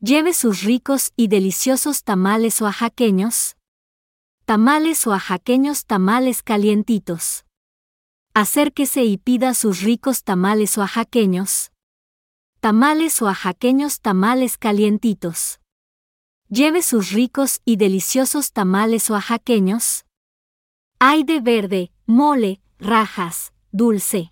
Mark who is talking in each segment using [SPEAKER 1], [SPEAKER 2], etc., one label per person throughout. [SPEAKER 1] Lleve sus ricos y deliciosos tamales oaxaqueños. Tamales oaxaqueños, tamales calientitos. Acérquese y pida sus ricos tamales oaxaqueños. Tamales oaxaqueños, tamales calientitos. Lleve sus ricos y deliciosos tamales oaxaqueños. Hay de verde, mole, rajas, dulce.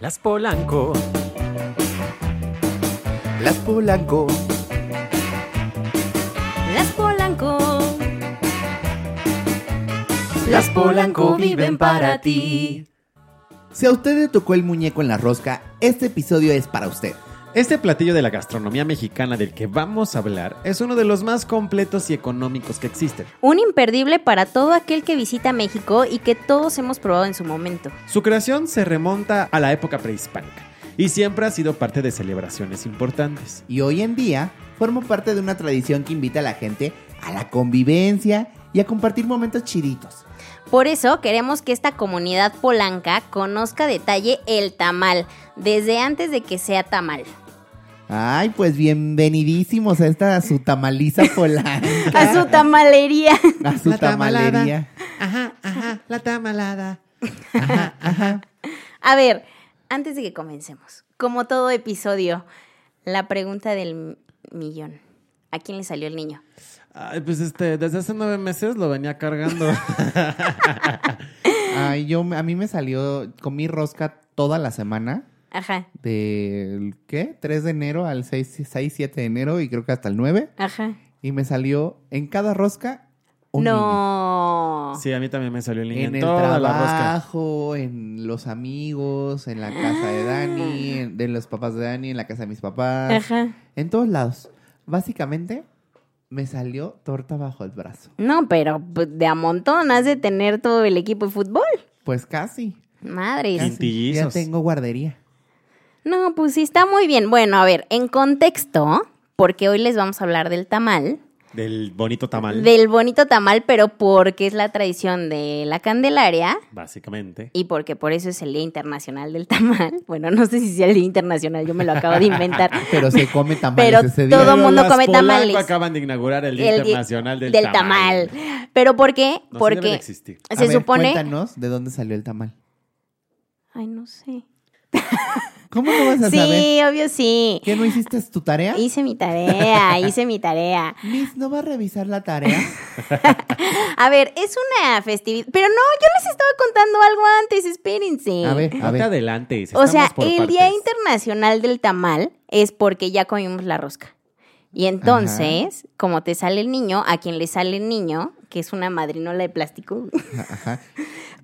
[SPEAKER 2] Las Polanco,
[SPEAKER 3] Las Polanco,
[SPEAKER 4] Las Polanco.
[SPEAKER 3] Las Polanco viven para ti. Si a usted le tocó el muñeco en la rosca, este episodio es para usted.
[SPEAKER 2] Este platillo de la gastronomía mexicana del que vamos a hablar es uno de los más completos y económicos que existen.
[SPEAKER 4] Un imperdible para todo aquel que visita México y que todos hemos probado en su momento.
[SPEAKER 2] Su creación se remonta a la época prehispánica y siempre ha sido parte de celebraciones importantes.
[SPEAKER 3] Y hoy en día forma parte de una tradición que invita a la gente a la convivencia y a compartir momentos chiditos.
[SPEAKER 4] Por eso queremos que esta comunidad polanca conozca a detalle el tamal, desde antes de que sea tamal.
[SPEAKER 3] Ay, pues bienvenidísimos a esta a su tamaliza polanca.
[SPEAKER 4] A su tamalería.
[SPEAKER 3] A su
[SPEAKER 2] La tamalada.
[SPEAKER 3] tamalería.
[SPEAKER 2] Ajá, ajá, la tamalada.
[SPEAKER 3] Ajá, ajá.
[SPEAKER 4] A ver, antes de que comencemos, como todo episodio, la pregunta del m- millón. ¿A quién le salió el niño?
[SPEAKER 2] Ay, pues este, desde hace nueve meses lo venía cargando.
[SPEAKER 3] Ay, yo, a mí me salió, comí rosca toda la semana.
[SPEAKER 4] Ajá,
[SPEAKER 3] Del, ¿qué? 3 de enero al 6, 6, 7 de enero y creo que hasta el 9.
[SPEAKER 4] ajá.
[SPEAKER 3] Y me salió en cada rosca un niño.
[SPEAKER 4] no.
[SPEAKER 2] Sí, a mí también me salió el niño
[SPEAKER 3] En
[SPEAKER 2] en,
[SPEAKER 3] el
[SPEAKER 2] toda la rosca.
[SPEAKER 3] trabajo, en los amigos, en la casa de Dani, en- de los papás de Dani, en la casa de mis papás.
[SPEAKER 4] Ajá.
[SPEAKER 3] En todos lados. Básicamente, me salió torta bajo el brazo.
[SPEAKER 4] No, pero pues, de a montón has de tener todo el equipo de fútbol.
[SPEAKER 3] Pues casi. casi.
[SPEAKER 4] Madres.
[SPEAKER 3] Ya
[SPEAKER 2] Quintillizos.
[SPEAKER 3] tengo guardería.
[SPEAKER 4] No, pues sí, está muy bien. Bueno, a ver, en contexto, porque hoy les vamos a hablar del tamal,
[SPEAKER 2] Del bonito tamal,
[SPEAKER 4] del bonito tamal, pero porque es la tradición de la Candelaria
[SPEAKER 2] básicamente.
[SPEAKER 4] y porque por eso es el Día Internacional del Tamal. Bueno, no sé si sea el Día Internacional, yo me lo acabo de inventar.
[SPEAKER 3] Pero se come tamales
[SPEAKER 4] Pero
[SPEAKER 3] ese día.
[SPEAKER 4] todo-
[SPEAKER 2] Pero
[SPEAKER 4] mundo
[SPEAKER 2] las
[SPEAKER 4] come
[SPEAKER 2] Polanco
[SPEAKER 4] tamales.
[SPEAKER 2] acaban de inaugurar el Día
[SPEAKER 4] El di-
[SPEAKER 2] Internacional del,
[SPEAKER 4] tamal. ¿Pero por qué?
[SPEAKER 2] No se debe de
[SPEAKER 4] porque
[SPEAKER 2] existir.
[SPEAKER 3] A
[SPEAKER 4] se
[SPEAKER 3] ver,
[SPEAKER 4] supone...
[SPEAKER 3] Cuéntanos de dónde salió el tamal.
[SPEAKER 4] Ay, no sé.
[SPEAKER 3] ¿Cómo no vas a saber?
[SPEAKER 4] Sí, obvio sí.
[SPEAKER 3] ¿Qué no hiciste tu tarea?
[SPEAKER 4] Hice mi tarea, hice mi tarea.
[SPEAKER 3] Miss, ¿no va a revisar la tarea?
[SPEAKER 4] A ver, es una festividad. Pero no, yo les estaba contando algo antes, espérense.
[SPEAKER 3] A ver, a
[SPEAKER 2] No te
[SPEAKER 3] ver.
[SPEAKER 2] adelantes.
[SPEAKER 4] O sea,
[SPEAKER 2] estamos por
[SPEAKER 4] el Día
[SPEAKER 2] partes.
[SPEAKER 4] Internacional del Tamal es porque ya comimos la rosca. Y entonces, como te sale el niño, a quien le sale el niño, que es una madrinola de plástico.
[SPEAKER 3] Ajá.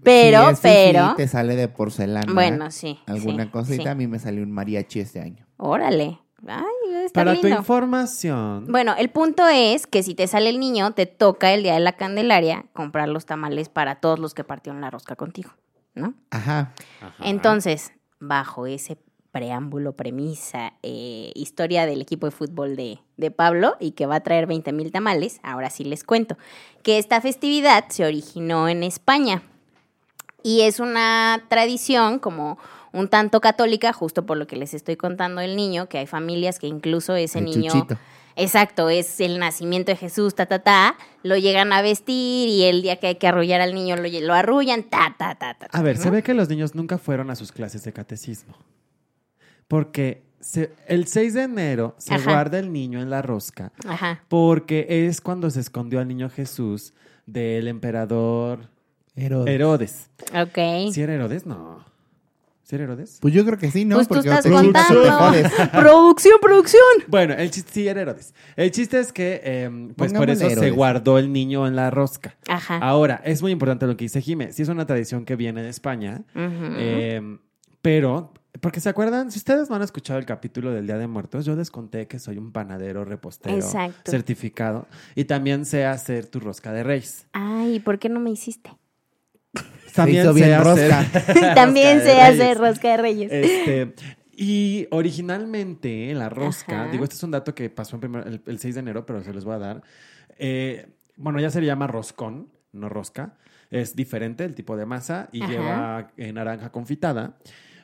[SPEAKER 4] Pero,
[SPEAKER 3] Sí, ese
[SPEAKER 4] pero.
[SPEAKER 3] sí te sale de porcelana.
[SPEAKER 4] Bueno, sí,
[SPEAKER 3] Alguna
[SPEAKER 4] sí,
[SPEAKER 3] cosita.
[SPEAKER 4] sí.
[SPEAKER 3] A mí me salió un mariachi este año.
[SPEAKER 4] Órale. Ay, está
[SPEAKER 2] Para tu
[SPEAKER 4] lindo.
[SPEAKER 2] información,
[SPEAKER 4] Bueno, el punto es que si te sale el niño, te toca el día de la Candelaria comprar los tamales para todos los que partieron la rosca contigo, ¿no?
[SPEAKER 3] Ajá.
[SPEAKER 2] Ajá.
[SPEAKER 4] Entonces, bajo ese preámbulo, premisa, eh, historia del equipo de fútbol de, de Pablo y que va a traer 20 mil tamales, ahora sí les cuento que esta festividad se originó en España y es una tradición como un tanto católica, justo por lo que les estoy contando el niño, que hay familias que incluso ese
[SPEAKER 3] El
[SPEAKER 4] niño...
[SPEAKER 3] chuchito.
[SPEAKER 4] Exacto, es el nacimiento de Jesús, ta, ta, ta. Lo llegan a vestir y el día que hay que arrullar al niño lo, lle- lo arrullan, ta, ta, ta, ta.
[SPEAKER 2] A ver,
[SPEAKER 4] ¿no?
[SPEAKER 2] se ve que los niños nunca fueron a sus clases de catecismo. Porque se- el 6 de enero se
[SPEAKER 4] Ajá.
[SPEAKER 2] guarda el niño en la rosca
[SPEAKER 4] Ajá.
[SPEAKER 2] porque es cuando se escondió al niño Jesús del emperador
[SPEAKER 3] Herodes.
[SPEAKER 2] Herodes.
[SPEAKER 4] Ok.
[SPEAKER 2] ¿Sí era Herodes? No. ¿Sí era Herodes?
[SPEAKER 3] Pues yo creo que sí, ¿no?
[SPEAKER 4] pues tú estás
[SPEAKER 3] otro chucho
[SPEAKER 4] contando.
[SPEAKER 3] te jodes.
[SPEAKER 4] producción, producción.
[SPEAKER 2] Bueno, el chiste sí era Herodes. El chiste es que, eh, pues por
[SPEAKER 3] Pongámosle
[SPEAKER 2] eso se
[SPEAKER 3] Herodes.
[SPEAKER 2] guardó el niño en la rosca.
[SPEAKER 4] Ajá.
[SPEAKER 2] Ahora, es muy importante lo que dice Jime. Sí es una tradición que viene de España.
[SPEAKER 4] Ujú.
[SPEAKER 2] Eh, pero, porque se acuerdan, si ustedes no han escuchado el capítulo del Día de Muertos, yo les conté que soy un panadero repostero
[SPEAKER 4] Exacto.
[SPEAKER 2] certificado y también sé hacer tu rosca de reyes.
[SPEAKER 4] Ay, ¿por qué no me hiciste?
[SPEAKER 2] También
[SPEAKER 3] hizo
[SPEAKER 2] sé
[SPEAKER 3] bien
[SPEAKER 2] hacer
[SPEAKER 3] rosca.
[SPEAKER 2] rosca
[SPEAKER 4] También
[SPEAKER 2] de
[SPEAKER 4] se
[SPEAKER 2] reyes.
[SPEAKER 4] hace rosca de reyes.
[SPEAKER 2] Este, y originalmente la rosca,
[SPEAKER 4] Ajá.
[SPEAKER 2] digo, este es un dato que pasó en primer- el, el 6 de enero, pero se los voy a dar. Eh, bueno, ya se le llama roscón, no rosca. es diferente el tipo de masa y
[SPEAKER 4] Ajá.
[SPEAKER 2] lleva eh, naranja confitada,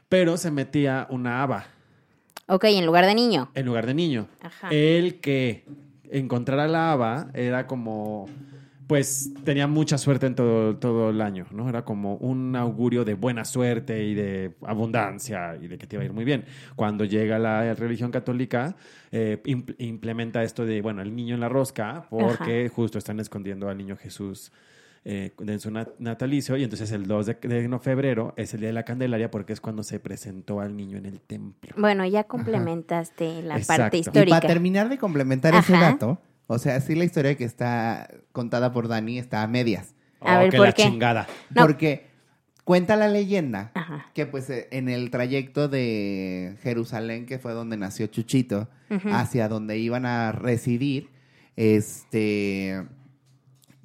[SPEAKER 2] pero se metía una haba
[SPEAKER 4] Ok, en lugar de niño.
[SPEAKER 2] en lugar de niño.
[SPEAKER 4] Ajá.
[SPEAKER 2] El que encontrara la haba era como, pues tenía mucha suerte en todo, todo el año, ¿no? Era como un augurio de buena suerte y de abundancia y de que te iba a ir muy bien. Cuando llega la religión católica, eh, imp- implementa esto de, bueno, el niño en la rosca, porque justo están escondiendo al niño Jesús. eh, en su nat- natalicio, y entonces el 2 de, de no- febrero es el día de la Candelaria porque es cuando se presentó al niño en el templo.
[SPEAKER 4] Bueno, ya complementaste la
[SPEAKER 2] Exacto.
[SPEAKER 4] parte
[SPEAKER 2] Y
[SPEAKER 3] Y
[SPEAKER 4] histórica.
[SPEAKER 3] para terminar de complementar ese
[SPEAKER 4] Ajá.
[SPEAKER 3] dato, o sea, sí la historia que está contada por Dani está a medias.
[SPEAKER 4] A ver,
[SPEAKER 2] que
[SPEAKER 4] ¿por
[SPEAKER 2] la
[SPEAKER 4] qué?
[SPEAKER 2] chingada.
[SPEAKER 4] No.
[SPEAKER 3] Porque cuenta la leyenda
[SPEAKER 4] Ajá.
[SPEAKER 3] que pues eh, en el trayecto de Jerusalén, que fue donde nació Chuchito,
[SPEAKER 4] Ujú.
[SPEAKER 3] hacia donde iban a residir, este,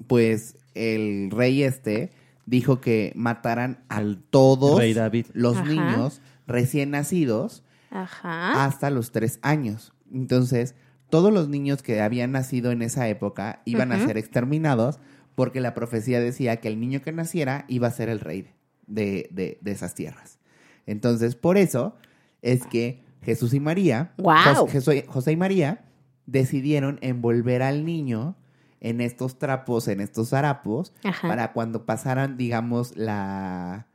[SPEAKER 3] pues el rey este dijo que mataran a
[SPEAKER 2] Al
[SPEAKER 3] todos
[SPEAKER 2] rey David.
[SPEAKER 3] los
[SPEAKER 4] Ajá.
[SPEAKER 3] niños recién nacidos
[SPEAKER 2] Ah,
[SPEAKER 4] Ajá.
[SPEAKER 3] hasta los tres años. Entonces, todos los niños que habían nacido en esa época iban a
[SPEAKER 4] Ujú.
[SPEAKER 3] ser exterminados porque la profecía decía que el niño que naciera iba a ser el rey de, de- de esas tierras. Entonces, por eso es que Jesús y María,
[SPEAKER 4] ¡Guau!
[SPEAKER 3] Jos- Jesús- José y María, decidieron envolver al niño en estos trapos, en estos harapos,
[SPEAKER 4] Ajá.
[SPEAKER 3] para cuando pasaran, digamos, la.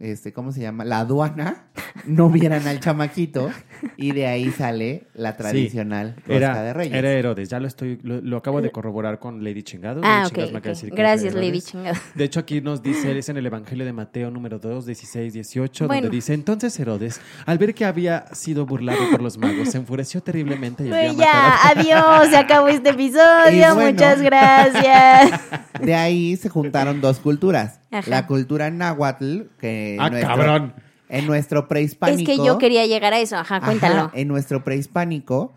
[SPEAKER 3] Este, ¿cómo se llama? La aduana, no vieran al chamaquito. Y de ahí sale la tradicional rosca de
[SPEAKER 2] Era,
[SPEAKER 3] reyes.
[SPEAKER 2] era Herodes, ya lo estoy, lo, lo acabo de corroborar con Lady Chingado.
[SPEAKER 4] Ah,
[SPEAKER 2] Lady
[SPEAKER 4] ok.
[SPEAKER 2] Chingados me
[SPEAKER 4] ok.
[SPEAKER 2] acaba de decir que
[SPEAKER 4] Gracias,
[SPEAKER 2] fue Herodes.
[SPEAKER 4] Lady Chingado.
[SPEAKER 2] De hecho, aquí nos dice, es en el Evangelio de Mateo número 2, 16, 18,
[SPEAKER 4] Bueno.
[SPEAKER 2] donde dice, entonces Herodes, al ver que había sido burlado por los magos, se enfureció terriblemente y envió a
[SPEAKER 4] Pues
[SPEAKER 2] matar
[SPEAKER 4] ya,
[SPEAKER 2] a-
[SPEAKER 4] adiós, se acabó este episodio.
[SPEAKER 3] Y bueno.
[SPEAKER 4] Muchas gracias.
[SPEAKER 3] De ahí se juntaron dos culturas.
[SPEAKER 4] Ajá.
[SPEAKER 3] La cultura náhuatl, que en
[SPEAKER 2] ¡Ah,
[SPEAKER 3] Eh, nuestro-
[SPEAKER 2] cabrón!
[SPEAKER 3] en nuestro prehispánico.
[SPEAKER 4] Es que yo quería llegar a eso. Ajá,
[SPEAKER 3] Ajá,
[SPEAKER 4] cuéntalo.
[SPEAKER 2] Eh,
[SPEAKER 3] en nuestro prehispánico,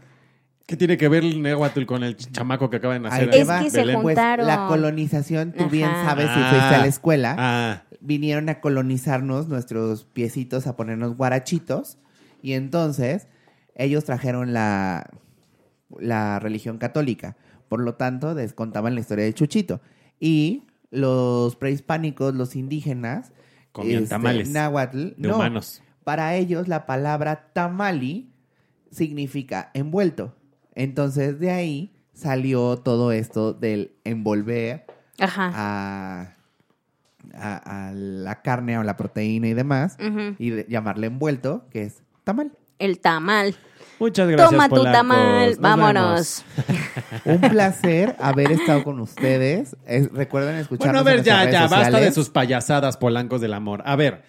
[SPEAKER 2] ¿Qué tiene que ver el Nehuatl con el ch- chamaco que acaba de
[SPEAKER 3] ahí
[SPEAKER 2] nacer?
[SPEAKER 3] te
[SPEAKER 2] en
[SPEAKER 4] Es
[SPEAKER 3] va,
[SPEAKER 4] que se
[SPEAKER 2] Belén?
[SPEAKER 3] pues,
[SPEAKER 4] juntaron.
[SPEAKER 3] la colonización, tú bien
[SPEAKER 4] Ajá.
[SPEAKER 3] sabes si fuiste a la
[SPEAKER 2] Ah.
[SPEAKER 3] escuela,
[SPEAKER 2] Ah,
[SPEAKER 3] vinieron a colonizarnos nuestros piecitos, a ponernos guarachitos. Y entonces ellos trajeron la, la religión católica. Por lo tanto, descontaban la historia de Chuchito. Y los prehispánicos, los indígenas, este,
[SPEAKER 2] Comían tamales
[SPEAKER 3] náhuatl,
[SPEAKER 2] de
[SPEAKER 3] no.
[SPEAKER 2] humanos.
[SPEAKER 3] Para ellos la palabra tamali significa envuelto. Entonces de ahí salió todo esto del envolver
[SPEAKER 2] ah.
[SPEAKER 4] Ajá. Ah.
[SPEAKER 3] a, a- a la carne o la proteína y demás
[SPEAKER 4] Ujú.
[SPEAKER 3] y de- llamarle envuelto, que es tamal.
[SPEAKER 4] El tamal.
[SPEAKER 2] Muchas gracias,
[SPEAKER 4] Toma tu
[SPEAKER 2] polacos.
[SPEAKER 4] tamal.
[SPEAKER 2] Nos vemos.
[SPEAKER 4] Vámonos.
[SPEAKER 3] Un placer haber estado con ustedes. Es- recuerden escucharnos
[SPEAKER 2] Bueno, a ver,
[SPEAKER 3] en nuestras
[SPEAKER 2] ya,
[SPEAKER 3] redes
[SPEAKER 2] ya, basta de
[SPEAKER 3] sociales.
[SPEAKER 2] sus payasadas, polancos del amor. A ver,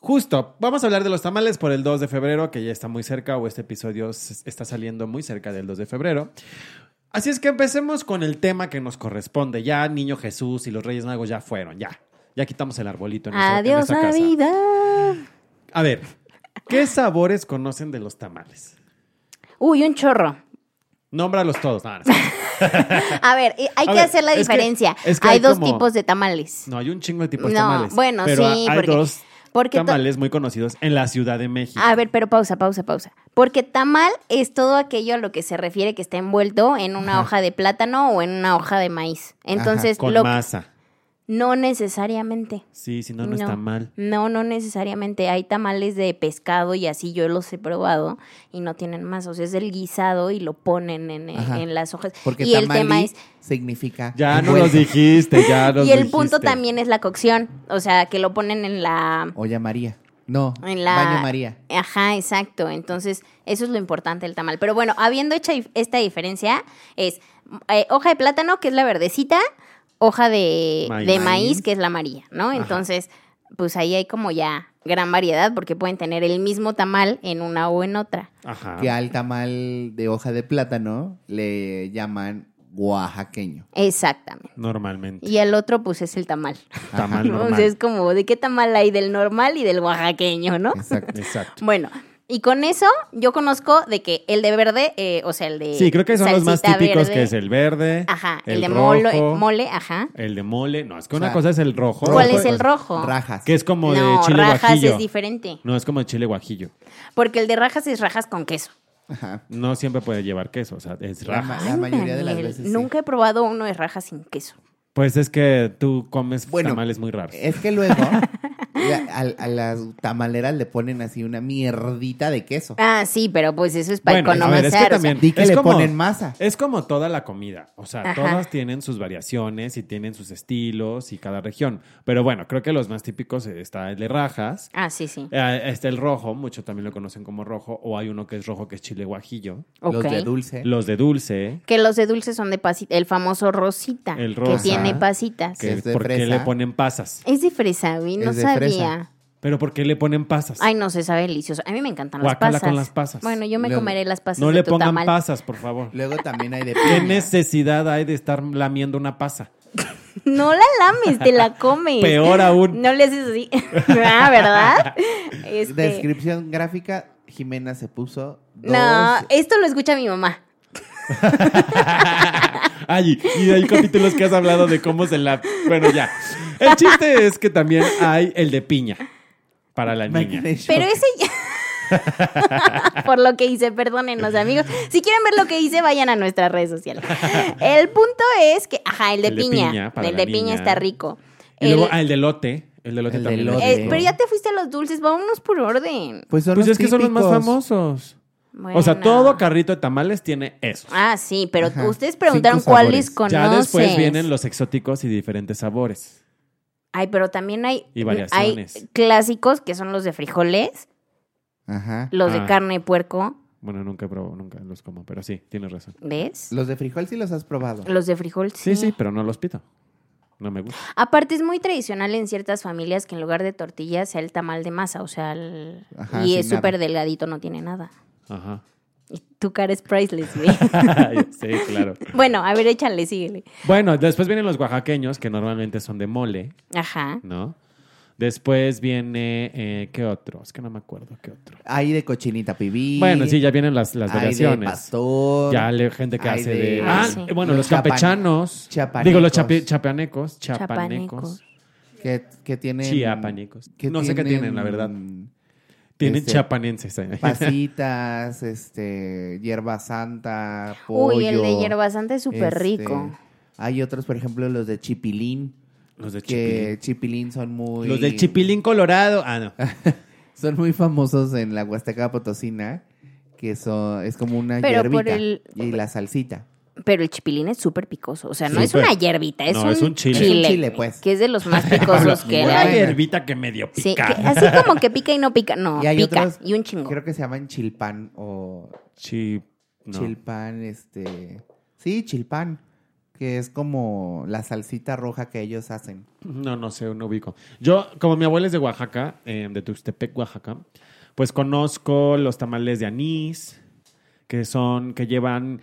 [SPEAKER 2] justo, vamos a hablar de los tamales por el 2 de febrero, que ya está muy cerca, o este episodio s- está saliendo muy cerca del 2 de febrero. Así es que empecemos con el tema que nos corresponde. Ya Niño Jesús y los Reyes Magos ya fueron, ya. Ya quitamos el arbolito en, nuestra- en
[SPEAKER 4] Adiós,
[SPEAKER 2] nuestra casa.
[SPEAKER 4] Navidad.
[SPEAKER 2] A ver, ¿qué sabores conocen de los tamales?
[SPEAKER 4] Uy, un chorro.
[SPEAKER 2] Nómbralos todos. No, no, no.
[SPEAKER 4] A ver, eh, hay
[SPEAKER 2] A
[SPEAKER 4] que
[SPEAKER 2] ver,
[SPEAKER 4] hacer la
[SPEAKER 2] es que-
[SPEAKER 4] diferencia.
[SPEAKER 2] es que
[SPEAKER 4] hay,
[SPEAKER 2] hay
[SPEAKER 4] dos
[SPEAKER 2] como-
[SPEAKER 4] tipos de tamales.
[SPEAKER 2] No, hay un chingo de tipos de
[SPEAKER 4] No,
[SPEAKER 2] tamales.
[SPEAKER 4] bueno,
[SPEAKER 2] pero
[SPEAKER 4] sí,
[SPEAKER 2] hay
[SPEAKER 4] porque-
[SPEAKER 2] dos
[SPEAKER 4] Porque to-
[SPEAKER 2] tamales muy conocidos en la Ciudad de México.
[SPEAKER 4] A ver, pero pausa, pausa, pausa. Porque tamal es todo aquello a lo que se refiere que está envuelto en una hoja de plátano o en una hoja de maíz. Entonces,
[SPEAKER 2] con
[SPEAKER 4] lo-
[SPEAKER 2] masa.
[SPEAKER 4] no necesariamente.
[SPEAKER 2] Sí, si no, no está mal.
[SPEAKER 4] No, no necesariamente. Hay tamales de pescado y así yo los he probado y no tienen más. O sea, es el guisado y lo ponen en, eh,
[SPEAKER 3] Ajá.
[SPEAKER 4] en las hojas.
[SPEAKER 3] Porque
[SPEAKER 4] y el
[SPEAKER 3] tamali
[SPEAKER 4] tema es.
[SPEAKER 3] significa
[SPEAKER 2] Ya no
[SPEAKER 3] envuelto,
[SPEAKER 2] los dijiste, ya nos
[SPEAKER 4] Y el
[SPEAKER 2] dijiste.
[SPEAKER 4] punto también es la cocción. O sea, que lo ponen en la.
[SPEAKER 3] Olla María. No,
[SPEAKER 4] En la-
[SPEAKER 3] baño María.
[SPEAKER 4] Ajá, exacto. Entonces, eso es lo importante del tamal. Pero bueno, habiendo hecho dif- esta diferencia, es eh, hoja de plátano, que es la verdecita, hoja de de
[SPEAKER 2] Maíz.
[SPEAKER 4] maíz,
[SPEAKER 2] Maíz.
[SPEAKER 4] que es la amarilla, ¿no?
[SPEAKER 2] Ajá.
[SPEAKER 4] Entonces, pues ahí hay como ya gran variedad, porque pueden tener el mismo tamal en una o en otra.
[SPEAKER 2] Ajá.
[SPEAKER 3] Que al tamal de hoja de plátano le llaman oaxaqueño.
[SPEAKER 4] Exactamente.
[SPEAKER 2] Normalmente.
[SPEAKER 4] Y el otro, pues, es el tamal.
[SPEAKER 2] Tamal
[SPEAKER 4] ¿no? O sea,
[SPEAKER 2] normal.
[SPEAKER 4] es como, ¿de qué tamal hay? Del normal y del oaxaqueño, ¿no?
[SPEAKER 3] Exacto.
[SPEAKER 2] Exacto.
[SPEAKER 4] Bueno, y con eso yo conozco de que el de verde, eh, o sea, el de.
[SPEAKER 2] Sí, creo que son los más
[SPEAKER 4] salsita
[SPEAKER 2] típicos
[SPEAKER 4] verde.
[SPEAKER 2] que es el verde,
[SPEAKER 4] Ajá, el,
[SPEAKER 2] el
[SPEAKER 4] de mole,
[SPEAKER 2] rojo.
[SPEAKER 4] el mole, ajá.
[SPEAKER 2] el de mole. No, es que
[SPEAKER 3] O
[SPEAKER 2] una
[SPEAKER 3] sea,
[SPEAKER 2] cosa es el rojo.
[SPEAKER 4] ¿Cuál
[SPEAKER 2] otra
[SPEAKER 4] es el
[SPEAKER 2] cosa-
[SPEAKER 4] rojo?
[SPEAKER 3] Rajas.
[SPEAKER 2] Que es como de
[SPEAKER 4] no,
[SPEAKER 2] chile
[SPEAKER 4] rajas
[SPEAKER 2] guajillo.
[SPEAKER 4] es diferente.
[SPEAKER 2] No, es como de chile guajillo.
[SPEAKER 4] Porque el de rajas es rajas con queso.
[SPEAKER 3] Ajá.
[SPEAKER 2] No siempre puede llevar queso, o sea, es
[SPEAKER 3] La,
[SPEAKER 2] raja.
[SPEAKER 3] ma- la mayoría de las
[SPEAKER 4] Daniel,
[SPEAKER 3] veces. sí.
[SPEAKER 4] Nunca he probado uno de rajas sin queso.
[SPEAKER 2] Pues es que tú comes
[SPEAKER 3] Bueno,
[SPEAKER 2] tamales muy raros.
[SPEAKER 3] Es que luego la- a, a las tamaleras le ponen así una mierdita de queso.
[SPEAKER 4] Ah, sí, pero pues eso es para
[SPEAKER 2] Bueno, a ver,
[SPEAKER 4] economizar.
[SPEAKER 2] es que
[SPEAKER 4] o sea,
[SPEAKER 2] también-
[SPEAKER 3] Di que
[SPEAKER 2] es
[SPEAKER 3] le
[SPEAKER 2] como-
[SPEAKER 3] ponen masa.
[SPEAKER 2] Es como toda la comida, o sea,
[SPEAKER 4] Ajá.
[SPEAKER 2] todas tienen sus variaciones y tienen sus estilos y cada región. Pero bueno, creo que los más típicos eh, está el de rajas,
[SPEAKER 4] ah, sí, sí.
[SPEAKER 2] eh, está el rojo, muchos también lo conocen como rojo, o hay uno que es rojo que es chile guajillo,
[SPEAKER 4] Ok.
[SPEAKER 3] Los de dulce.
[SPEAKER 2] los de dulce,
[SPEAKER 4] que los de dulce son de pasita. El famoso rosita.
[SPEAKER 2] El
[SPEAKER 4] Que
[SPEAKER 2] rosa.
[SPEAKER 4] tiene pasitas.
[SPEAKER 2] que
[SPEAKER 3] es de
[SPEAKER 2] ¿por qué
[SPEAKER 3] fresa.
[SPEAKER 2] le ponen pasas?
[SPEAKER 4] Es de fresa, güey. No
[SPEAKER 3] Es de
[SPEAKER 4] sabía.
[SPEAKER 3] fresa.
[SPEAKER 2] Pero ¿por qué le ponen pasas?
[SPEAKER 4] Ay, no se sabe delicioso. A mí me encantan
[SPEAKER 2] Guácala
[SPEAKER 4] las pasas.
[SPEAKER 2] con las pasas.
[SPEAKER 4] Bueno, yo me
[SPEAKER 3] Luego,
[SPEAKER 4] comeré las pasas
[SPEAKER 2] no
[SPEAKER 4] de
[SPEAKER 2] le
[SPEAKER 4] tu
[SPEAKER 2] pongan
[SPEAKER 4] tamal.
[SPEAKER 2] pasas, por favor.
[SPEAKER 3] Luego también hay de
[SPEAKER 2] ¿Qué
[SPEAKER 3] piña.
[SPEAKER 2] necesidad hay de estar lamiendo una pasa?
[SPEAKER 4] No la lames, te la comes.
[SPEAKER 2] Peor aún.
[SPEAKER 4] No le haces así. ah, ¿verdad? Este,
[SPEAKER 3] Descripción gráfica, Jimena se puso dos.
[SPEAKER 4] No, eh, esto lo escucha mi mamá.
[SPEAKER 2] Ay, y hay capítulos que has hablado de cómo se la... Bueno, ya. El chiste es que también hay el de piña para la niña.
[SPEAKER 3] Magnesium.
[SPEAKER 4] Pero ese ya- Por lo que hice, perdónenos, amigos. Si quieren ver lo que hice, vayan a nuestras redes sociales. El punto es que, ajá, el de,
[SPEAKER 2] El de
[SPEAKER 4] piña.
[SPEAKER 2] piña para
[SPEAKER 4] el
[SPEAKER 2] la
[SPEAKER 4] de piña
[SPEAKER 2] niña.
[SPEAKER 4] está rico.
[SPEAKER 2] Y
[SPEAKER 4] El-
[SPEAKER 2] luego, ah, el de lote. El de lote
[SPEAKER 3] El de
[SPEAKER 2] también. es
[SPEAKER 3] elote.
[SPEAKER 4] eh,
[SPEAKER 2] rico.
[SPEAKER 4] pero ya te fuiste a los dulces, vámonos por orden.
[SPEAKER 3] Pues son
[SPEAKER 2] Pues
[SPEAKER 3] los
[SPEAKER 2] es que son los más
[SPEAKER 3] típicos.
[SPEAKER 2] famosos.
[SPEAKER 4] Bueno.
[SPEAKER 2] O sea, todo carrito de tamales tiene eso.
[SPEAKER 4] Ah, sí, pero
[SPEAKER 3] Ajá,
[SPEAKER 4] ustedes preguntaron
[SPEAKER 3] cinco
[SPEAKER 4] cuáles
[SPEAKER 3] sabores.
[SPEAKER 4] conoces.
[SPEAKER 2] ya después vienen los exóticos y diferentes sabores.
[SPEAKER 4] Ay, pero también hay,
[SPEAKER 2] Y
[SPEAKER 4] hay
[SPEAKER 2] variaciones.
[SPEAKER 4] clásicos que son los de frijoles,
[SPEAKER 3] Ajá.
[SPEAKER 4] los de
[SPEAKER 2] Ah.
[SPEAKER 4] carne de puerco,
[SPEAKER 2] Bueno, nunca probo, nunca los como, pero sí, tienes razón.
[SPEAKER 4] ¿ves?
[SPEAKER 3] Los de frijol sí los has probado.
[SPEAKER 4] Los de frijol,
[SPEAKER 2] Sí, sí, pero no los pito. No me gusta.
[SPEAKER 4] Aparte es muy tradicional en ciertas familias que en lugar de tortilla sea el tamal de masa, o sea, el-
[SPEAKER 3] Ajá,
[SPEAKER 4] y
[SPEAKER 3] sin
[SPEAKER 4] es súper
[SPEAKER 3] nada.
[SPEAKER 4] delgadito, no tiene nada.
[SPEAKER 2] Ajá.
[SPEAKER 4] Y tu cara es priceless, güey.
[SPEAKER 2] sí, claro.
[SPEAKER 4] bueno, a ver, échale, síguele.
[SPEAKER 2] Bueno, después vienen los oaxaqueños, que normalmente son de mole,
[SPEAKER 4] Ajá.
[SPEAKER 2] ¿no? Después viene, eh, ¿qué otro? Es que no me acuerdo qué otro.
[SPEAKER 3] Hay de cochinita pibí.
[SPEAKER 2] Bueno, sí, ya vienen las, las
[SPEAKER 3] hay de
[SPEAKER 2] variaciones.
[SPEAKER 3] pastor.
[SPEAKER 2] Ya hay gente que
[SPEAKER 3] hay
[SPEAKER 2] hace
[SPEAKER 3] de-
[SPEAKER 2] de...
[SPEAKER 4] Ah,
[SPEAKER 2] Ah,
[SPEAKER 4] sí.
[SPEAKER 2] bueno, los,
[SPEAKER 3] Los chapan-
[SPEAKER 2] campechanos.
[SPEAKER 3] chapanecos.
[SPEAKER 2] Digo, los chapi- chapanecos. Chapanecos.
[SPEAKER 4] Chapanecos.
[SPEAKER 3] Que, que tienen...
[SPEAKER 2] Chiapanecos. No sé qué tienen, la verdad. Tienen
[SPEAKER 3] Este,
[SPEAKER 2] chapanenses eh. ahí.
[SPEAKER 3] Pasitas, este, hierba santa, pollo.
[SPEAKER 4] Uy, el de hierba santa es súper
[SPEAKER 3] este,
[SPEAKER 4] rico.
[SPEAKER 3] Hay otros, por ejemplo, los de chipilín.
[SPEAKER 2] Los de
[SPEAKER 3] Que
[SPEAKER 2] chipilín.
[SPEAKER 3] chipilín son muy...
[SPEAKER 2] Los del chipilín colorado. Ah, no.
[SPEAKER 3] Son muy famosos en la Huasteca Potosina, que son, es como una
[SPEAKER 4] Pero
[SPEAKER 3] hierbita
[SPEAKER 4] por el-
[SPEAKER 3] y la salsita.
[SPEAKER 4] Pero el chipilín es súper picoso. O sea, no es
[SPEAKER 2] Súper.
[SPEAKER 4] una hierbita, es,
[SPEAKER 2] No,
[SPEAKER 4] un,
[SPEAKER 2] es un chile.
[SPEAKER 3] Es un chile, pues.
[SPEAKER 4] Que es de los más picosos que
[SPEAKER 3] Bueno,
[SPEAKER 2] Una
[SPEAKER 4] hay.
[SPEAKER 3] bien.
[SPEAKER 2] hierbita que medio pica.
[SPEAKER 4] Sí, que así como que pica y no pica. No,
[SPEAKER 3] Y hay
[SPEAKER 4] pica.
[SPEAKER 3] otros-
[SPEAKER 4] y un chingo.
[SPEAKER 3] Creo que se llaman chilpan o
[SPEAKER 2] Chip. no.
[SPEAKER 3] chilpan, este... Sí, chilpan, que es como la salsita roja que ellos hacen.
[SPEAKER 2] No, no sé, no ubico. Yo, como mi abuela es de Oaxaca, eh, de Tuxtepec, Oaxaca, pues conozco los tamales de anís, que son, que llevan,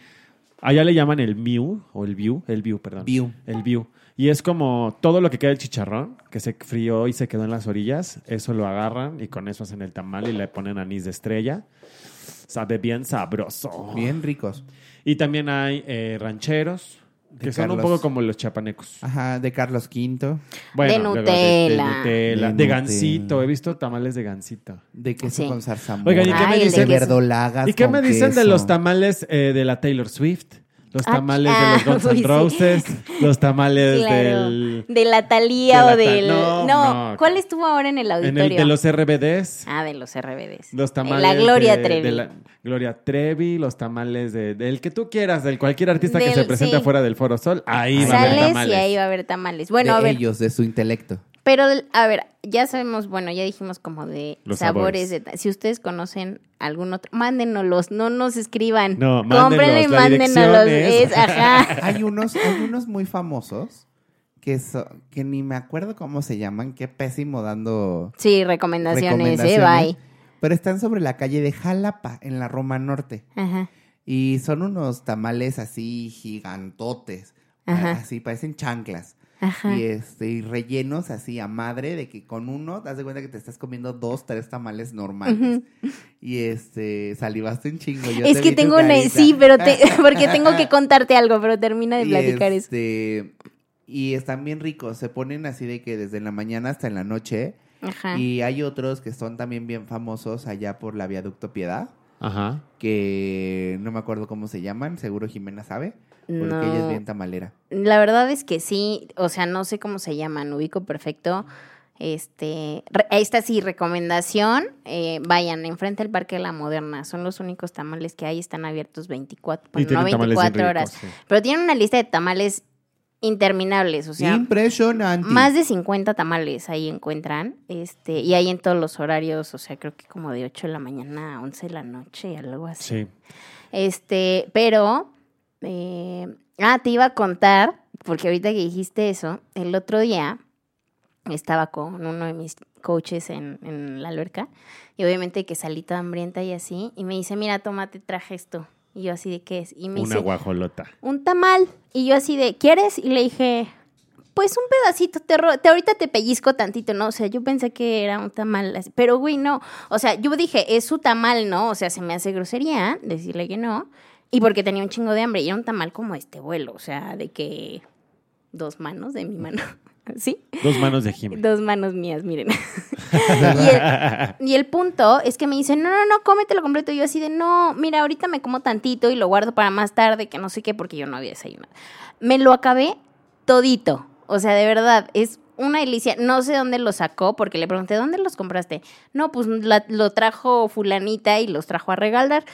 [SPEAKER 2] allá le llaman el miu, o el biu, el biu, perdón.
[SPEAKER 3] Biu.
[SPEAKER 2] El biu. Y es como todo lo que queda del chicharrón, que se frió y se quedó en las orillas, eso lo agarran y con eso hacen el tamal y le ponen anís de estrella. Sabe bien sabroso.
[SPEAKER 3] Bien ricos.
[SPEAKER 2] Y también hay eh, rancheros,
[SPEAKER 3] De
[SPEAKER 2] que son un
[SPEAKER 3] Carlos.
[SPEAKER 2] poco como los chapanecos.
[SPEAKER 3] Ajá, de Carlos V,
[SPEAKER 4] De
[SPEAKER 2] luego
[SPEAKER 4] Nutella.
[SPEAKER 2] De, Nutella.
[SPEAKER 3] De
[SPEAKER 2] De
[SPEAKER 3] Nutella.
[SPEAKER 2] gansito. He visto tamales de gansito.
[SPEAKER 3] de queso
[SPEAKER 4] Sí.
[SPEAKER 3] con zarzamora.
[SPEAKER 2] Oigan, ¿y qué
[SPEAKER 4] Ay,
[SPEAKER 2] me
[SPEAKER 4] el de
[SPEAKER 2] dicen?
[SPEAKER 4] queso.
[SPEAKER 3] verdolagas
[SPEAKER 2] ¿Y qué
[SPEAKER 3] con
[SPEAKER 2] me dicen de
[SPEAKER 3] queso?
[SPEAKER 2] los tamales eh, de la Taylor Swift? Los
[SPEAKER 4] Ah,
[SPEAKER 2] tamales de los
[SPEAKER 4] ah,
[SPEAKER 2] Guns N'
[SPEAKER 4] uy, sí.
[SPEAKER 2] Roses. Los tamales del...
[SPEAKER 4] De la
[SPEAKER 2] de
[SPEAKER 4] Talía
[SPEAKER 2] la
[SPEAKER 4] o
[SPEAKER 2] Tha-
[SPEAKER 4] del.
[SPEAKER 2] no,
[SPEAKER 4] No,
[SPEAKER 2] no.
[SPEAKER 4] ¿cuál estuvo ahora en el
[SPEAKER 2] En
[SPEAKER 4] auditorio?
[SPEAKER 2] el de los RBDs.
[SPEAKER 4] Ah, de los RBDs.
[SPEAKER 2] Los tamales
[SPEAKER 4] La Gloria
[SPEAKER 2] de,
[SPEAKER 4] Trevi.
[SPEAKER 2] de la- Gloria Trevi, los tamales de, del que tú quieras, del cualquier artista que
[SPEAKER 4] Del-
[SPEAKER 2] se presente
[SPEAKER 4] sí.
[SPEAKER 2] afuera del Foro Sol, ahí va a haber
[SPEAKER 4] Sales y
[SPEAKER 2] tamales.
[SPEAKER 4] ahí va a haber tamales. Bueno, a
[SPEAKER 3] de
[SPEAKER 4] ver,
[SPEAKER 3] ellos, de su intelecto.
[SPEAKER 4] pero del- a ver, ya sabemos, bueno, ya dijimos como de
[SPEAKER 2] Los sabores.
[SPEAKER 4] sabores. de ta- si ustedes conocen algún otro, mándenoslos, no nos escriban.
[SPEAKER 2] No,
[SPEAKER 4] Cómprenlo
[SPEAKER 2] mándenos,
[SPEAKER 4] y
[SPEAKER 2] la
[SPEAKER 4] mándenoslos.
[SPEAKER 2] dirección es-
[SPEAKER 4] es- ah, ajá.
[SPEAKER 3] Hay unos, hay unos muy famosos que, so- que ni me acuerdo cómo se llaman, qué pésimo dando
[SPEAKER 4] Sí, recomendaciones, eh,
[SPEAKER 3] recomendaciones,
[SPEAKER 4] bye.
[SPEAKER 3] Pero están sobre la calle de Jalapa, en la Roma Norte.
[SPEAKER 4] Ajá.
[SPEAKER 3] Y son unos tamales así gigantotes.
[SPEAKER 4] Ajá.
[SPEAKER 3] Así parecen chanclas.
[SPEAKER 4] Ajá.
[SPEAKER 3] Y, este, y rellenos así a madre de que con uno te das de cuenta que te estás comiendo dos, tres tamales normales. Y este, salivaste un chingo. Yo
[SPEAKER 4] Es
[SPEAKER 3] te
[SPEAKER 4] que
[SPEAKER 3] vi tu
[SPEAKER 4] tengo una.
[SPEAKER 3] carita.
[SPEAKER 4] Sí, pero te- porque tengo que contarte algo, pero termina de platicar
[SPEAKER 3] y
[SPEAKER 4] eso.
[SPEAKER 3] este, Y están bien ricos. Se ponen así de que desde la mañana hasta en la noche.
[SPEAKER 4] Ajá.
[SPEAKER 3] Y hay otros que son también bien famosos allá por la Viaducto Piedad,
[SPEAKER 2] Ajá.
[SPEAKER 3] que no me acuerdo cómo se llaman, seguro Jimena sabe, Porque
[SPEAKER 4] No.
[SPEAKER 3] ella es bien tamalera.
[SPEAKER 4] La verdad es que sí, o sea, no sé cómo se llaman, ubico perfecto. Este, re- esta sí, recomendación, eh, vayan enfrente al Parque de la Moderna, son los únicos tamales que hay, están abiertos 24, bueno, no
[SPEAKER 2] tienen tamales bien
[SPEAKER 4] 24 horas,
[SPEAKER 2] ricos, sí.
[SPEAKER 4] pero tienen una lista de tamales interminables, o sea,
[SPEAKER 3] Impresionante.
[SPEAKER 4] más de 50 tamales ahí encuentran, este, y hay en todos los horarios, o sea, creo que como de 8 de la mañana a 11 de la noche, algo así.
[SPEAKER 2] Sí.
[SPEAKER 4] Este, pero. eh, ah, te iba a contar, porque ahorita que dijiste eso, el otro día estaba con uno de mis coaches en, en la alberca, y obviamente que salí toda hambrienta y así, y me dice: Mira, tómate, traje esto. Y yo, así de qué es. Y me
[SPEAKER 2] Una
[SPEAKER 4] dice:
[SPEAKER 2] guajolota.
[SPEAKER 4] Un tamal. Y yo, así de, ¿quieres? Y le dije. Pues un pedacito, te, ro- te- ahorita te pellizco tantito, ¿no? O sea, yo pensé que era un tamal, así, pero güey, no. O sea, yo dije, es su tamal, ¿no? O sea, se me hace grosería decirle que no. Y porque tenía un chingo de hambre, y era un tamal como este vuelo, o sea, de que dos manos de mi mano, ¿sí?
[SPEAKER 2] Dos manos de Jimmy.
[SPEAKER 4] Dos manos mías, miren. y, el, y el punto es que me dicen, no, no, no, cómetelo completo. Y yo así de, no, mira, ahorita me como tantito y lo guardo para más tarde, que no sé qué, porque yo no había desayunado. Me lo acabé todito. O sea, de verdad, es una delicia. No sé dónde lo sacó, porque le pregunté, ¿dónde los compraste? No, pues la- lo trajo fulanita y los trajo a regaldar.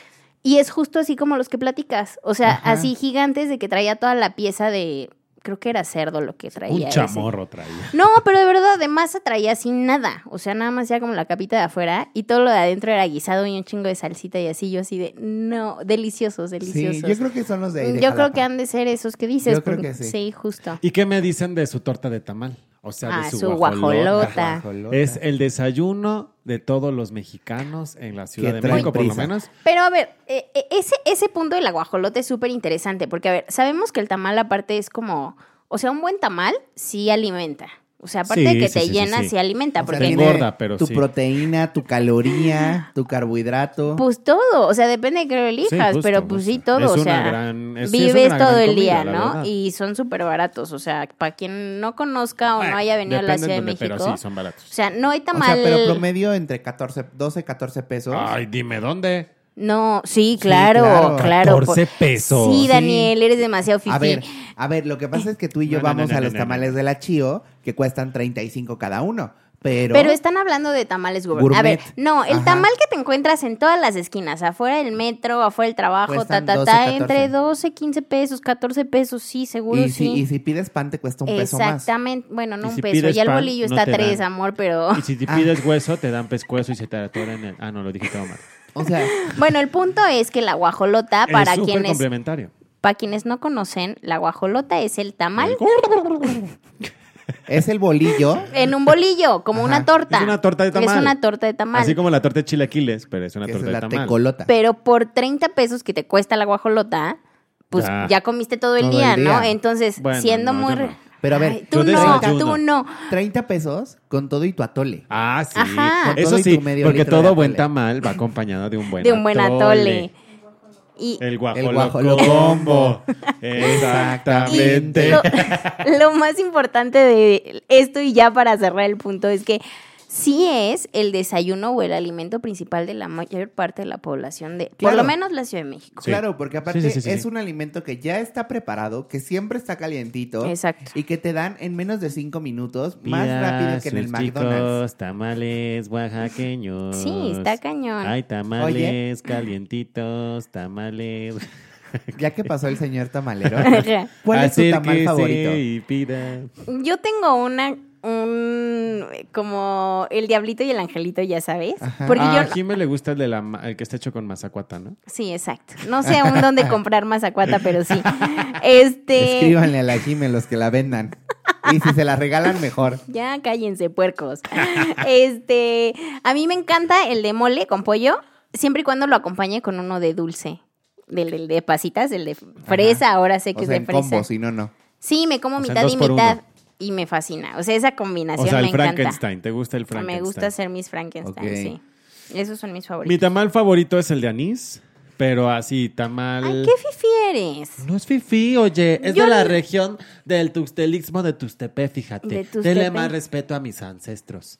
[SPEAKER 4] Y es justo así como los que platicas. O sea,
[SPEAKER 3] Ajá.
[SPEAKER 4] así gigantes de que traía toda la pieza de... Creo que era cerdo lo que traía.
[SPEAKER 2] Un
[SPEAKER 4] ese.
[SPEAKER 2] chamorro traía.
[SPEAKER 4] No, pero de verdad, de masa traía sin nada. O sea, nada más ya como la capita de afuera y todo lo de adentro era guisado y un chingo de salsita y así. Yo así de, no, deliciosos, deliciosos.
[SPEAKER 3] Sí, yo creo que son los de ahí. de
[SPEAKER 4] Yo creo
[SPEAKER 3] Jalapa.
[SPEAKER 4] que han de ser esos que dices.
[SPEAKER 3] Yo creo
[SPEAKER 4] porque-
[SPEAKER 3] que sí.
[SPEAKER 4] justo.
[SPEAKER 2] ¿Y qué me dicen de su torta de tamal? O sea,
[SPEAKER 4] Ah,
[SPEAKER 2] de su,
[SPEAKER 4] su
[SPEAKER 2] guajolota.
[SPEAKER 4] guajolota.
[SPEAKER 3] Guajolota.
[SPEAKER 2] Es el desayuno de todos los mexicanos en la Ciudad
[SPEAKER 3] Que
[SPEAKER 2] de
[SPEAKER 3] traen
[SPEAKER 2] México, por lo
[SPEAKER 3] prisa.
[SPEAKER 2] menos.
[SPEAKER 4] Pero a ver, eh, eh, ese, ese punto del aguajolote es súper interesante porque, a ver, sabemos que el tamal aparte es como, o sea, un buen tamal sí alimenta. O sea, aparte
[SPEAKER 2] Sí,
[SPEAKER 4] de que
[SPEAKER 2] sí,
[SPEAKER 4] te
[SPEAKER 2] sí, sí,
[SPEAKER 4] llena,
[SPEAKER 2] sí.
[SPEAKER 4] sí alimenta.
[SPEAKER 3] O sea,
[SPEAKER 4] porque
[SPEAKER 2] Te
[SPEAKER 3] tiene
[SPEAKER 2] engorda, pero
[SPEAKER 3] tu
[SPEAKER 2] sí.
[SPEAKER 3] proteína, tu caloría, tu carbohidrato.
[SPEAKER 4] Pues todo, o sea, depende de que lo elijas,
[SPEAKER 2] justo,
[SPEAKER 4] pero pues sí
[SPEAKER 2] justo.
[SPEAKER 4] todo,
[SPEAKER 2] Es
[SPEAKER 4] o
[SPEAKER 2] una
[SPEAKER 4] sea,
[SPEAKER 2] gran- es- sí, es
[SPEAKER 4] vives
[SPEAKER 2] una gran
[SPEAKER 4] todo el
[SPEAKER 2] comida,
[SPEAKER 4] día,
[SPEAKER 2] la
[SPEAKER 4] ¿no?
[SPEAKER 2] verdad.
[SPEAKER 4] Y son súper baratos, o sea, para quien no conozca o
[SPEAKER 2] Bueno,
[SPEAKER 4] no haya venido a la
[SPEAKER 2] depende
[SPEAKER 4] Ciudad de
[SPEAKER 2] en dónde,
[SPEAKER 4] México,
[SPEAKER 2] Pero sí, son
[SPEAKER 4] o
[SPEAKER 2] baratos.
[SPEAKER 4] sea, no hay
[SPEAKER 3] o sea,
[SPEAKER 4] tamal,
[SPEAKER 3] pero promedio entre 14, 12, 14 pesos.
[SPEAKER 2] Ay, dime dónde.
[SPEAKER 4] no, sí, claro,
[SPEAKER 3] claro.
[SPEAKER 4] claro, por-
[SPEAKER 2] 14 pesos.
[SPEAKER 4] Sí,
[SPEAKER 3] Sí.
[SPEAKER 4] Daniel, eres demasiado
[SPEAKER 3] a ver,
[SPEAKER 4] fifi.
[SPEAKER 3] a ver, lo que pasa es que tú y yo
[SPEAKER 2] No, no,
[SPEAKER 3] vamos
[SPEAKER 2] no, no,
[SPEAKER 3] a los
[SPEAKER 2] no, no,
[SPEAKER 3] tamales de la Chio, que cuestan 35 cada uno. Pero,
[SPEAKER 4] Pero están hablando de tamales gourmet. A
[SPEAKER 3] Gourmet.
[SPEAKER 4] ver, no, el
[SPEAKER 3] Ajá.
[SPEAKER 4] tamal que te encuentras en todas las esquinas, afuera del metro, afuera del trabajo, ta,
[SPEAKER 3] Cuestan
[SPEAKER 4] ta,
[SPEAKER 3] 12,
[SPEAKER 4] ta,
[SPEAKER 3] 14.
[SPEAKER 4] entre 12, 15 pesos, 14 pesos, sí, seguro
[SPEAKER 3] y,
[SPEAKER 4] sí.
[SPEAKER 3] si, y si pides pan te cuesta un peso más.
[SPEAKER 4] Exactamente. Bueno, no
[SPEAKER 2] Y
[SPEAKER 4] un
[SPEAKER 2] si
[SPEAKER 4] peso.
[SPEAKER 2] pides
[SPEAKER 4] Ya el
[SPEAKER 2] pan,
[SPEAKER 4] bolillo
[SPEAKER 2] no
[SPEAKER 4] está
[SPEAKER 2] te
[SPEAKER 4] a tres,
[SPEAKER 2] dan.
[SPEAKER 4] amor, pero.
[SPEAKER 2] Y si te
[SPEAKER 3] Ah.
[SPEAKER 2] pides hueso, te dan pescuezo y se te atora en el. Ah, no, lo dije todo mal.
[SPEAKER 3] O sea,
[SPEAKER 4] Bueno, el punto es que la guajolota, Ah, para
[SPEAKER 2] es súper
[SPEAKER 4] quienes,
[SPEAKER 2] complementario.
[SPEAKER 4] para quienes no conocen, la guajolota es el tamal
[SPEAKER 3] es el bolillo.
[SPEAKER 4] en un bolillo, como
[SPEAKER 3] Ajá.
[SPEAKER 4] una torta.
[SPEAKER 2] Es una torta de tamal.
[SPEAKER 4] Es una torta de tamal.
[SPEAKER 2] Así como la torta de chilaquiles, pero es una
[SPEAKER 3] que es
[SPEAKER 2] torta de
[SPEAKER 3] la
[SPEAKER 2] tamal.
[SPEAKER 3] tecolota.
[SPEAKER 4] Pero por 30 pesos que te cuesta la guajolota, pues ya,
[SPEAKER 2] Ya.
[SPEAKER 4] comiste todo el,
[SPEAKER 3] Todo
[SPEAKER 4] día,
[SPEAKER 3] el
[SPEAKER 4] ¿no?
[SPEAKER 3] día.
[SPEAKER 4] Entonces,
[SPEAKER 2] Bueno,
[SPEAKER 4] siendo
[SPEAKER 2] no,
[SPEAKER 4] muy.
[SPEAKER 2] yo no.
[SPEAKER 4] re-
[SPEAKER 3] Pero a ver,
[SPEAKER 4] Ay, tú
[SPEAKER 2] yo
[SPEAKER 4] no,
[SPEAKER 2] desayuno.
[SPEAKER 4] tú no.
[SPEAKER 3] 30 pesos con todo y tu atole.
[SPEAKER 2] Ah, sí.
[SPEAKER 4] Ajá.
[SPEAKER 3] Con
[SPEAKER 2] Eso
[SPEAKER 3] todo y
[SPEAKER 2] sí,
[SPEAKER 3] tu medio
[SPEAKER 2] porque
[SPEAKER 3] litro de
[SPEAKER 2] todo buen
[SPEAKER 3] atole.
[SPEAKER 2] tamal va acompañado de un buen
[SPEAKER 4] De un buen atole. Y,
[SPEAKER 2] El
[SPEAKER 3] El
[SPEAKER 2] guajolo
[SPEAKER 3] guajolocombo.
[SPEAKER 2] combo.
[SPEAKER 4] Y
[SPEAKER 2] Exactamente.
[SPEAKER 4] lo, lo más importante de esto y ya para cerrar el punto es que sí es el desayuno o el alimento principal de la mayor parte de la población de, por
[SPEAKER 3] Claro.
[SPEAKER 4] lo menos la Ciudad de México.
[SPEAKER 2] Sí.
[SPEAKER 3] Claro, porque aparte
[SPEAKER 2] Sí, sí, sí, sí,
[SPEAKER 3] es
[SPEAKER 2] sí.
[SPEAKER 3] un alimento que ya está preparado, que siempre está calientito.
[SPEAKER 4] Exacto.
[SPEAKER 3] Y que te dan en menos de 5 minutos, más rápido que en el
[SPEAKER 2] sus
[SPEAKER 3] McDonald's.
[SPEAKER 2] ricos tamales oaxaqueños.
[SPEAKER 4] Sí, está cañón.
[SPEAKER 2] Hay tamales calientitos, tamales.
[SPEAKER 3] Ya que pasó el señor tamalero.
[SPEAKER 4] Ajá.
[SPEAKER 3] ¿Cuál es tu tamal
[SPEAKER 2] Acérquese
[SPEAKER 3] favorito?
[SPEAKER 2] Y pida.
[SPEAKER 4] Yo tengo una un como el diablito y el angelito, ya sabes,
[SPEAKER 3] Ajá.
[SPEAKER 4] porque
[SPEAKER 2] Ah,
[SPEAKER 4] yo
[SPEAKER 2] a Jimé le gusta el, de la, ma- el que está hecho con mazacuata, ¿no?
[SPEAKER 4] sí, exacto. No sé aún dónde comprar mazacuata, pero sí. Este
[SPEAKER 3] Escríbanle a la Jime los que la vendan. Y si se la regalan, mejor.
[SPEAKER 4] Ya cállense, puercos. este, a mí me encanta el de mole con pollo, siempre y cuando lo acompañe con uno de dulce. Del, del de pasitas, el de fresa, ahora sé que
[SPEAKER 3] O sea,
[SPEAKER 4] es de
[SPEAKER 3] en
[SPEAKER 4] fresa.
[SPEAKER 3] combo, si no, no.
[SPEAKER 4] Sí, me como
[SPEAKER 2] O sea,
[SPEAKER 4] mitad
[SPEAKER 2] dos
[SPEAKER 4] y
[SPEAKER 2] por
[SPEAKER 4] mitad
[SPEAKER 2] uno.
[SPEAKER 4] y me fascina. O sea, esa combinación
[SPEAKER 2] O sea,
[SPEAKER 4] me
[SPEAKER 2] el
[SPEAKER 4] encanta.
[SPEAKER 2] Frankenstein. ¿Te gusta el
[SPEAKER 4] Me
[SPEAKER 2] Frankenstein?
[SPEAKER 4] gusta hacer mis Frankenstein,
[SPEAKER 3] Ok.
[SPEAKER 4] sí. Esos son mis
[SPEAKER 2] Mi
[SPEAKER 4] favoritos.
[SPEAKER 2] tamal favorito es el de anís, pero así, tamal.
[SPEAKER 4] Ay, ¿qué fifi eres?
[SPEAKER 2] No es fifí, oye, es
[SPEAKER 4] Yo
[SPEAKER 2] de la
[SPEAKER 4] ni-
[SPEAKER 2] región del tuxtelismo de Tuxtepec, fíjate.
[SPEAKER 4] De Tuxtepec.
[SPEAKER 2] Dele más respeto a mis ancestros.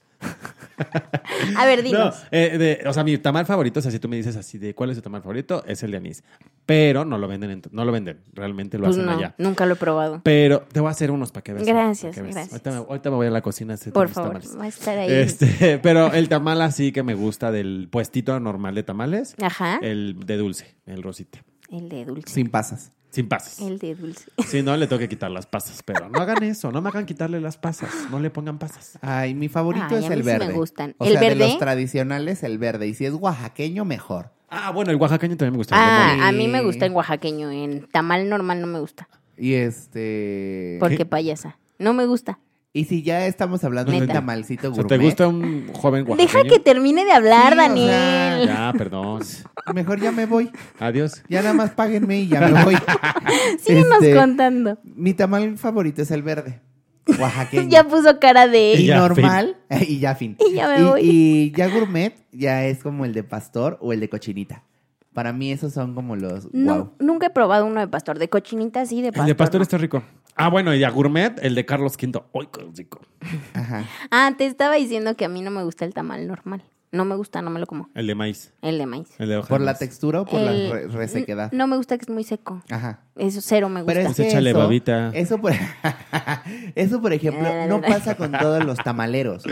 [SPEAKER 4] A ver, dinos.
[SPEAKER 2] No, eh, de- o sea, mi tamal favorito, o sea, si tú me dices así de cuál es tu tamal favorito, es el de anís. Pero no lo venden, en- no lo venden, realmente lo
[SPEAKER 4] Pues
[SPEAKER 2] hacen
[SPEAKER 4] no,
[SPEAKER 2] allá.
[SPEAKER 4] nunca lo he probado.
[SPEAKER 2] Pero te voy a hacer unos para que veas.
[SPEAKER 4] Gracias,
[SPEAKER 2] pa' que veas.
[SPEAKER 4] gracias.
[SPEAKER 2] Ahorita me, ahorita me voy a la cocina a hacer
[SPEAKER 4] Por
[SPEAKER 2] unos
[SPEAKER 4] favor,
[SPEAKER 2] tamales.
[SPEAKER 4] va a estar ahí.
[SPEAKER 2] Este, pero el tamal así que me gusta del puestito normal de tamales,
[SPEAKER 4] Ajá. El,
[SPEAKER 2] el de dulce, el rosita.
[SPEAKER 4] de dulce.
[SPEAKER 3] Sin pasas.
[SPEAKER 2] Sin pasas.
[SPEAKER 4] El de dulce.
[SPEAKER 2] Si no, le tengo que quitar las pasas. Pero no hagan eso, no me hagan quitarle las pasas. No le pongan pasas.
[SPEAKER 3] Ay, mi favorito
[SPEAKER 4] Ay,
[SPEAKER 3] es
[SPEAKER 4] a mí
[SPEAKER 3] el
[SPEAKER 4] sí me
[SPEAKER 3] verde.
[SPEAKER 4] gustan.
[SPEAKER 3] O
[SPEAKER 4] ¿El
[SPEAKER 3] sea, de
[SPEAKER 4] verde?
[SPEAKER 3] los tradicionales, el verde. Y si es oaxaqueño, mejor.
[SPEAKER 2] Ah, bueno, el oaxaqueño también me gusta. el de mole.
[SPEAKER 4] Ah, a
[SPEAKER 3] mole.
[SPEAKER 4] mí me gusta el oaxaqueño. En tamal normal no me gusta.
[SPEAKER 3] Y este.
[SPEAKER 4] Porque payasa. No me gusta.
[SPEAKER 3] Y si ya estamos hablando de un
[SPEAKER 4] Neta.
[SPEAKER 3] tamalcito
[SPEAKER 2] O
[SPEAKER 3] gourmet.
[SPEAKER 2] sea, ¿te gusta un joven oaxaqueño?
[SPEAKER 4] Deja que termine de
[SPEAKER 3] Sí,
[SPEAKER 4] hablar,
[SPEAKER 3] o
[SPEAKER 4] Daniel.
[SPEAKER 3] sea,
[SPEAKER 2] Ya, perdón.
[SPEAKER 3] Mejor ya me voy.
[SPEAKER 2] Adiós.
[SPEAKER 3] Ya nada más páguenme y ya me voy.
[SPEAKER 4] Síguenos
[SPEAKER 3] Este,
[SPEAKER 4] contando. Pues
[SPEAKER 3] Mi tamal favorito es el verde. Oaxaqueño.
[SPEAKER 4] Ya puso cara de...
[SPEAKER 3] y
[SPEAKER 2] ya,
[SPEAKER 3] normal. y ya fin.
[SPEAKER 4] Y ya me voy.
[SPEAKER 3] Y ya gourmet ya es como el de pastor o el de cochinita. Para mí esos son como los
[SPEAKER 4] No,
[SPEAKER 3] wow.
[SPEAKER 4] nunca he probado uno de pastor. De cochinita sí, de
[SPEAKER 2] El
[SPEAKER 4] pastor.
[SPEAKER 2] de pastor
[SPEAKER 4] no.
[SPEAKER 2] está rico. Ah, bueno, y a gourmet, el de Carlos V. Uy, qué rico.
[SPEAKER 3] Ajá.
[SPEAKER 4] Ah, te estaba diciendo que a mí no me gusta el tamal normal. No me gusta, no me lo como.
[SPEAKER 2] El de maíz.
[SPEAKER 4] El de maíz.
[SPEAKER 2] El de hoja
[SPEAKER 3] ¿Por
[SPEAKER 2] de
[SPEAKER 3] la
[SPEAKER 2] maíz.
[SPEAKER 3] textura o por
[SPEAKER 4] El-
[SPEAKER 3] la re- resequedad?
[SPEAKER 4] No me gusta que es muy seco.
[SPEAKER 3] Ajá.
[SPEAKER 4] Eso cero me gusta.
[SPEAKER 3] Pero
[SPEAKER 2] Pues
[SPEAKER 3] es que
[SPEAKER 2] échale
[SPEAKER 3] eso,
[SPEAKER 2] babita.
[SPEAKER 3] Eso por, eso, por
[SPEAKER 4] Eh,
[SPEAKER 3] ejemplo, no pasa con todos los tamaleros.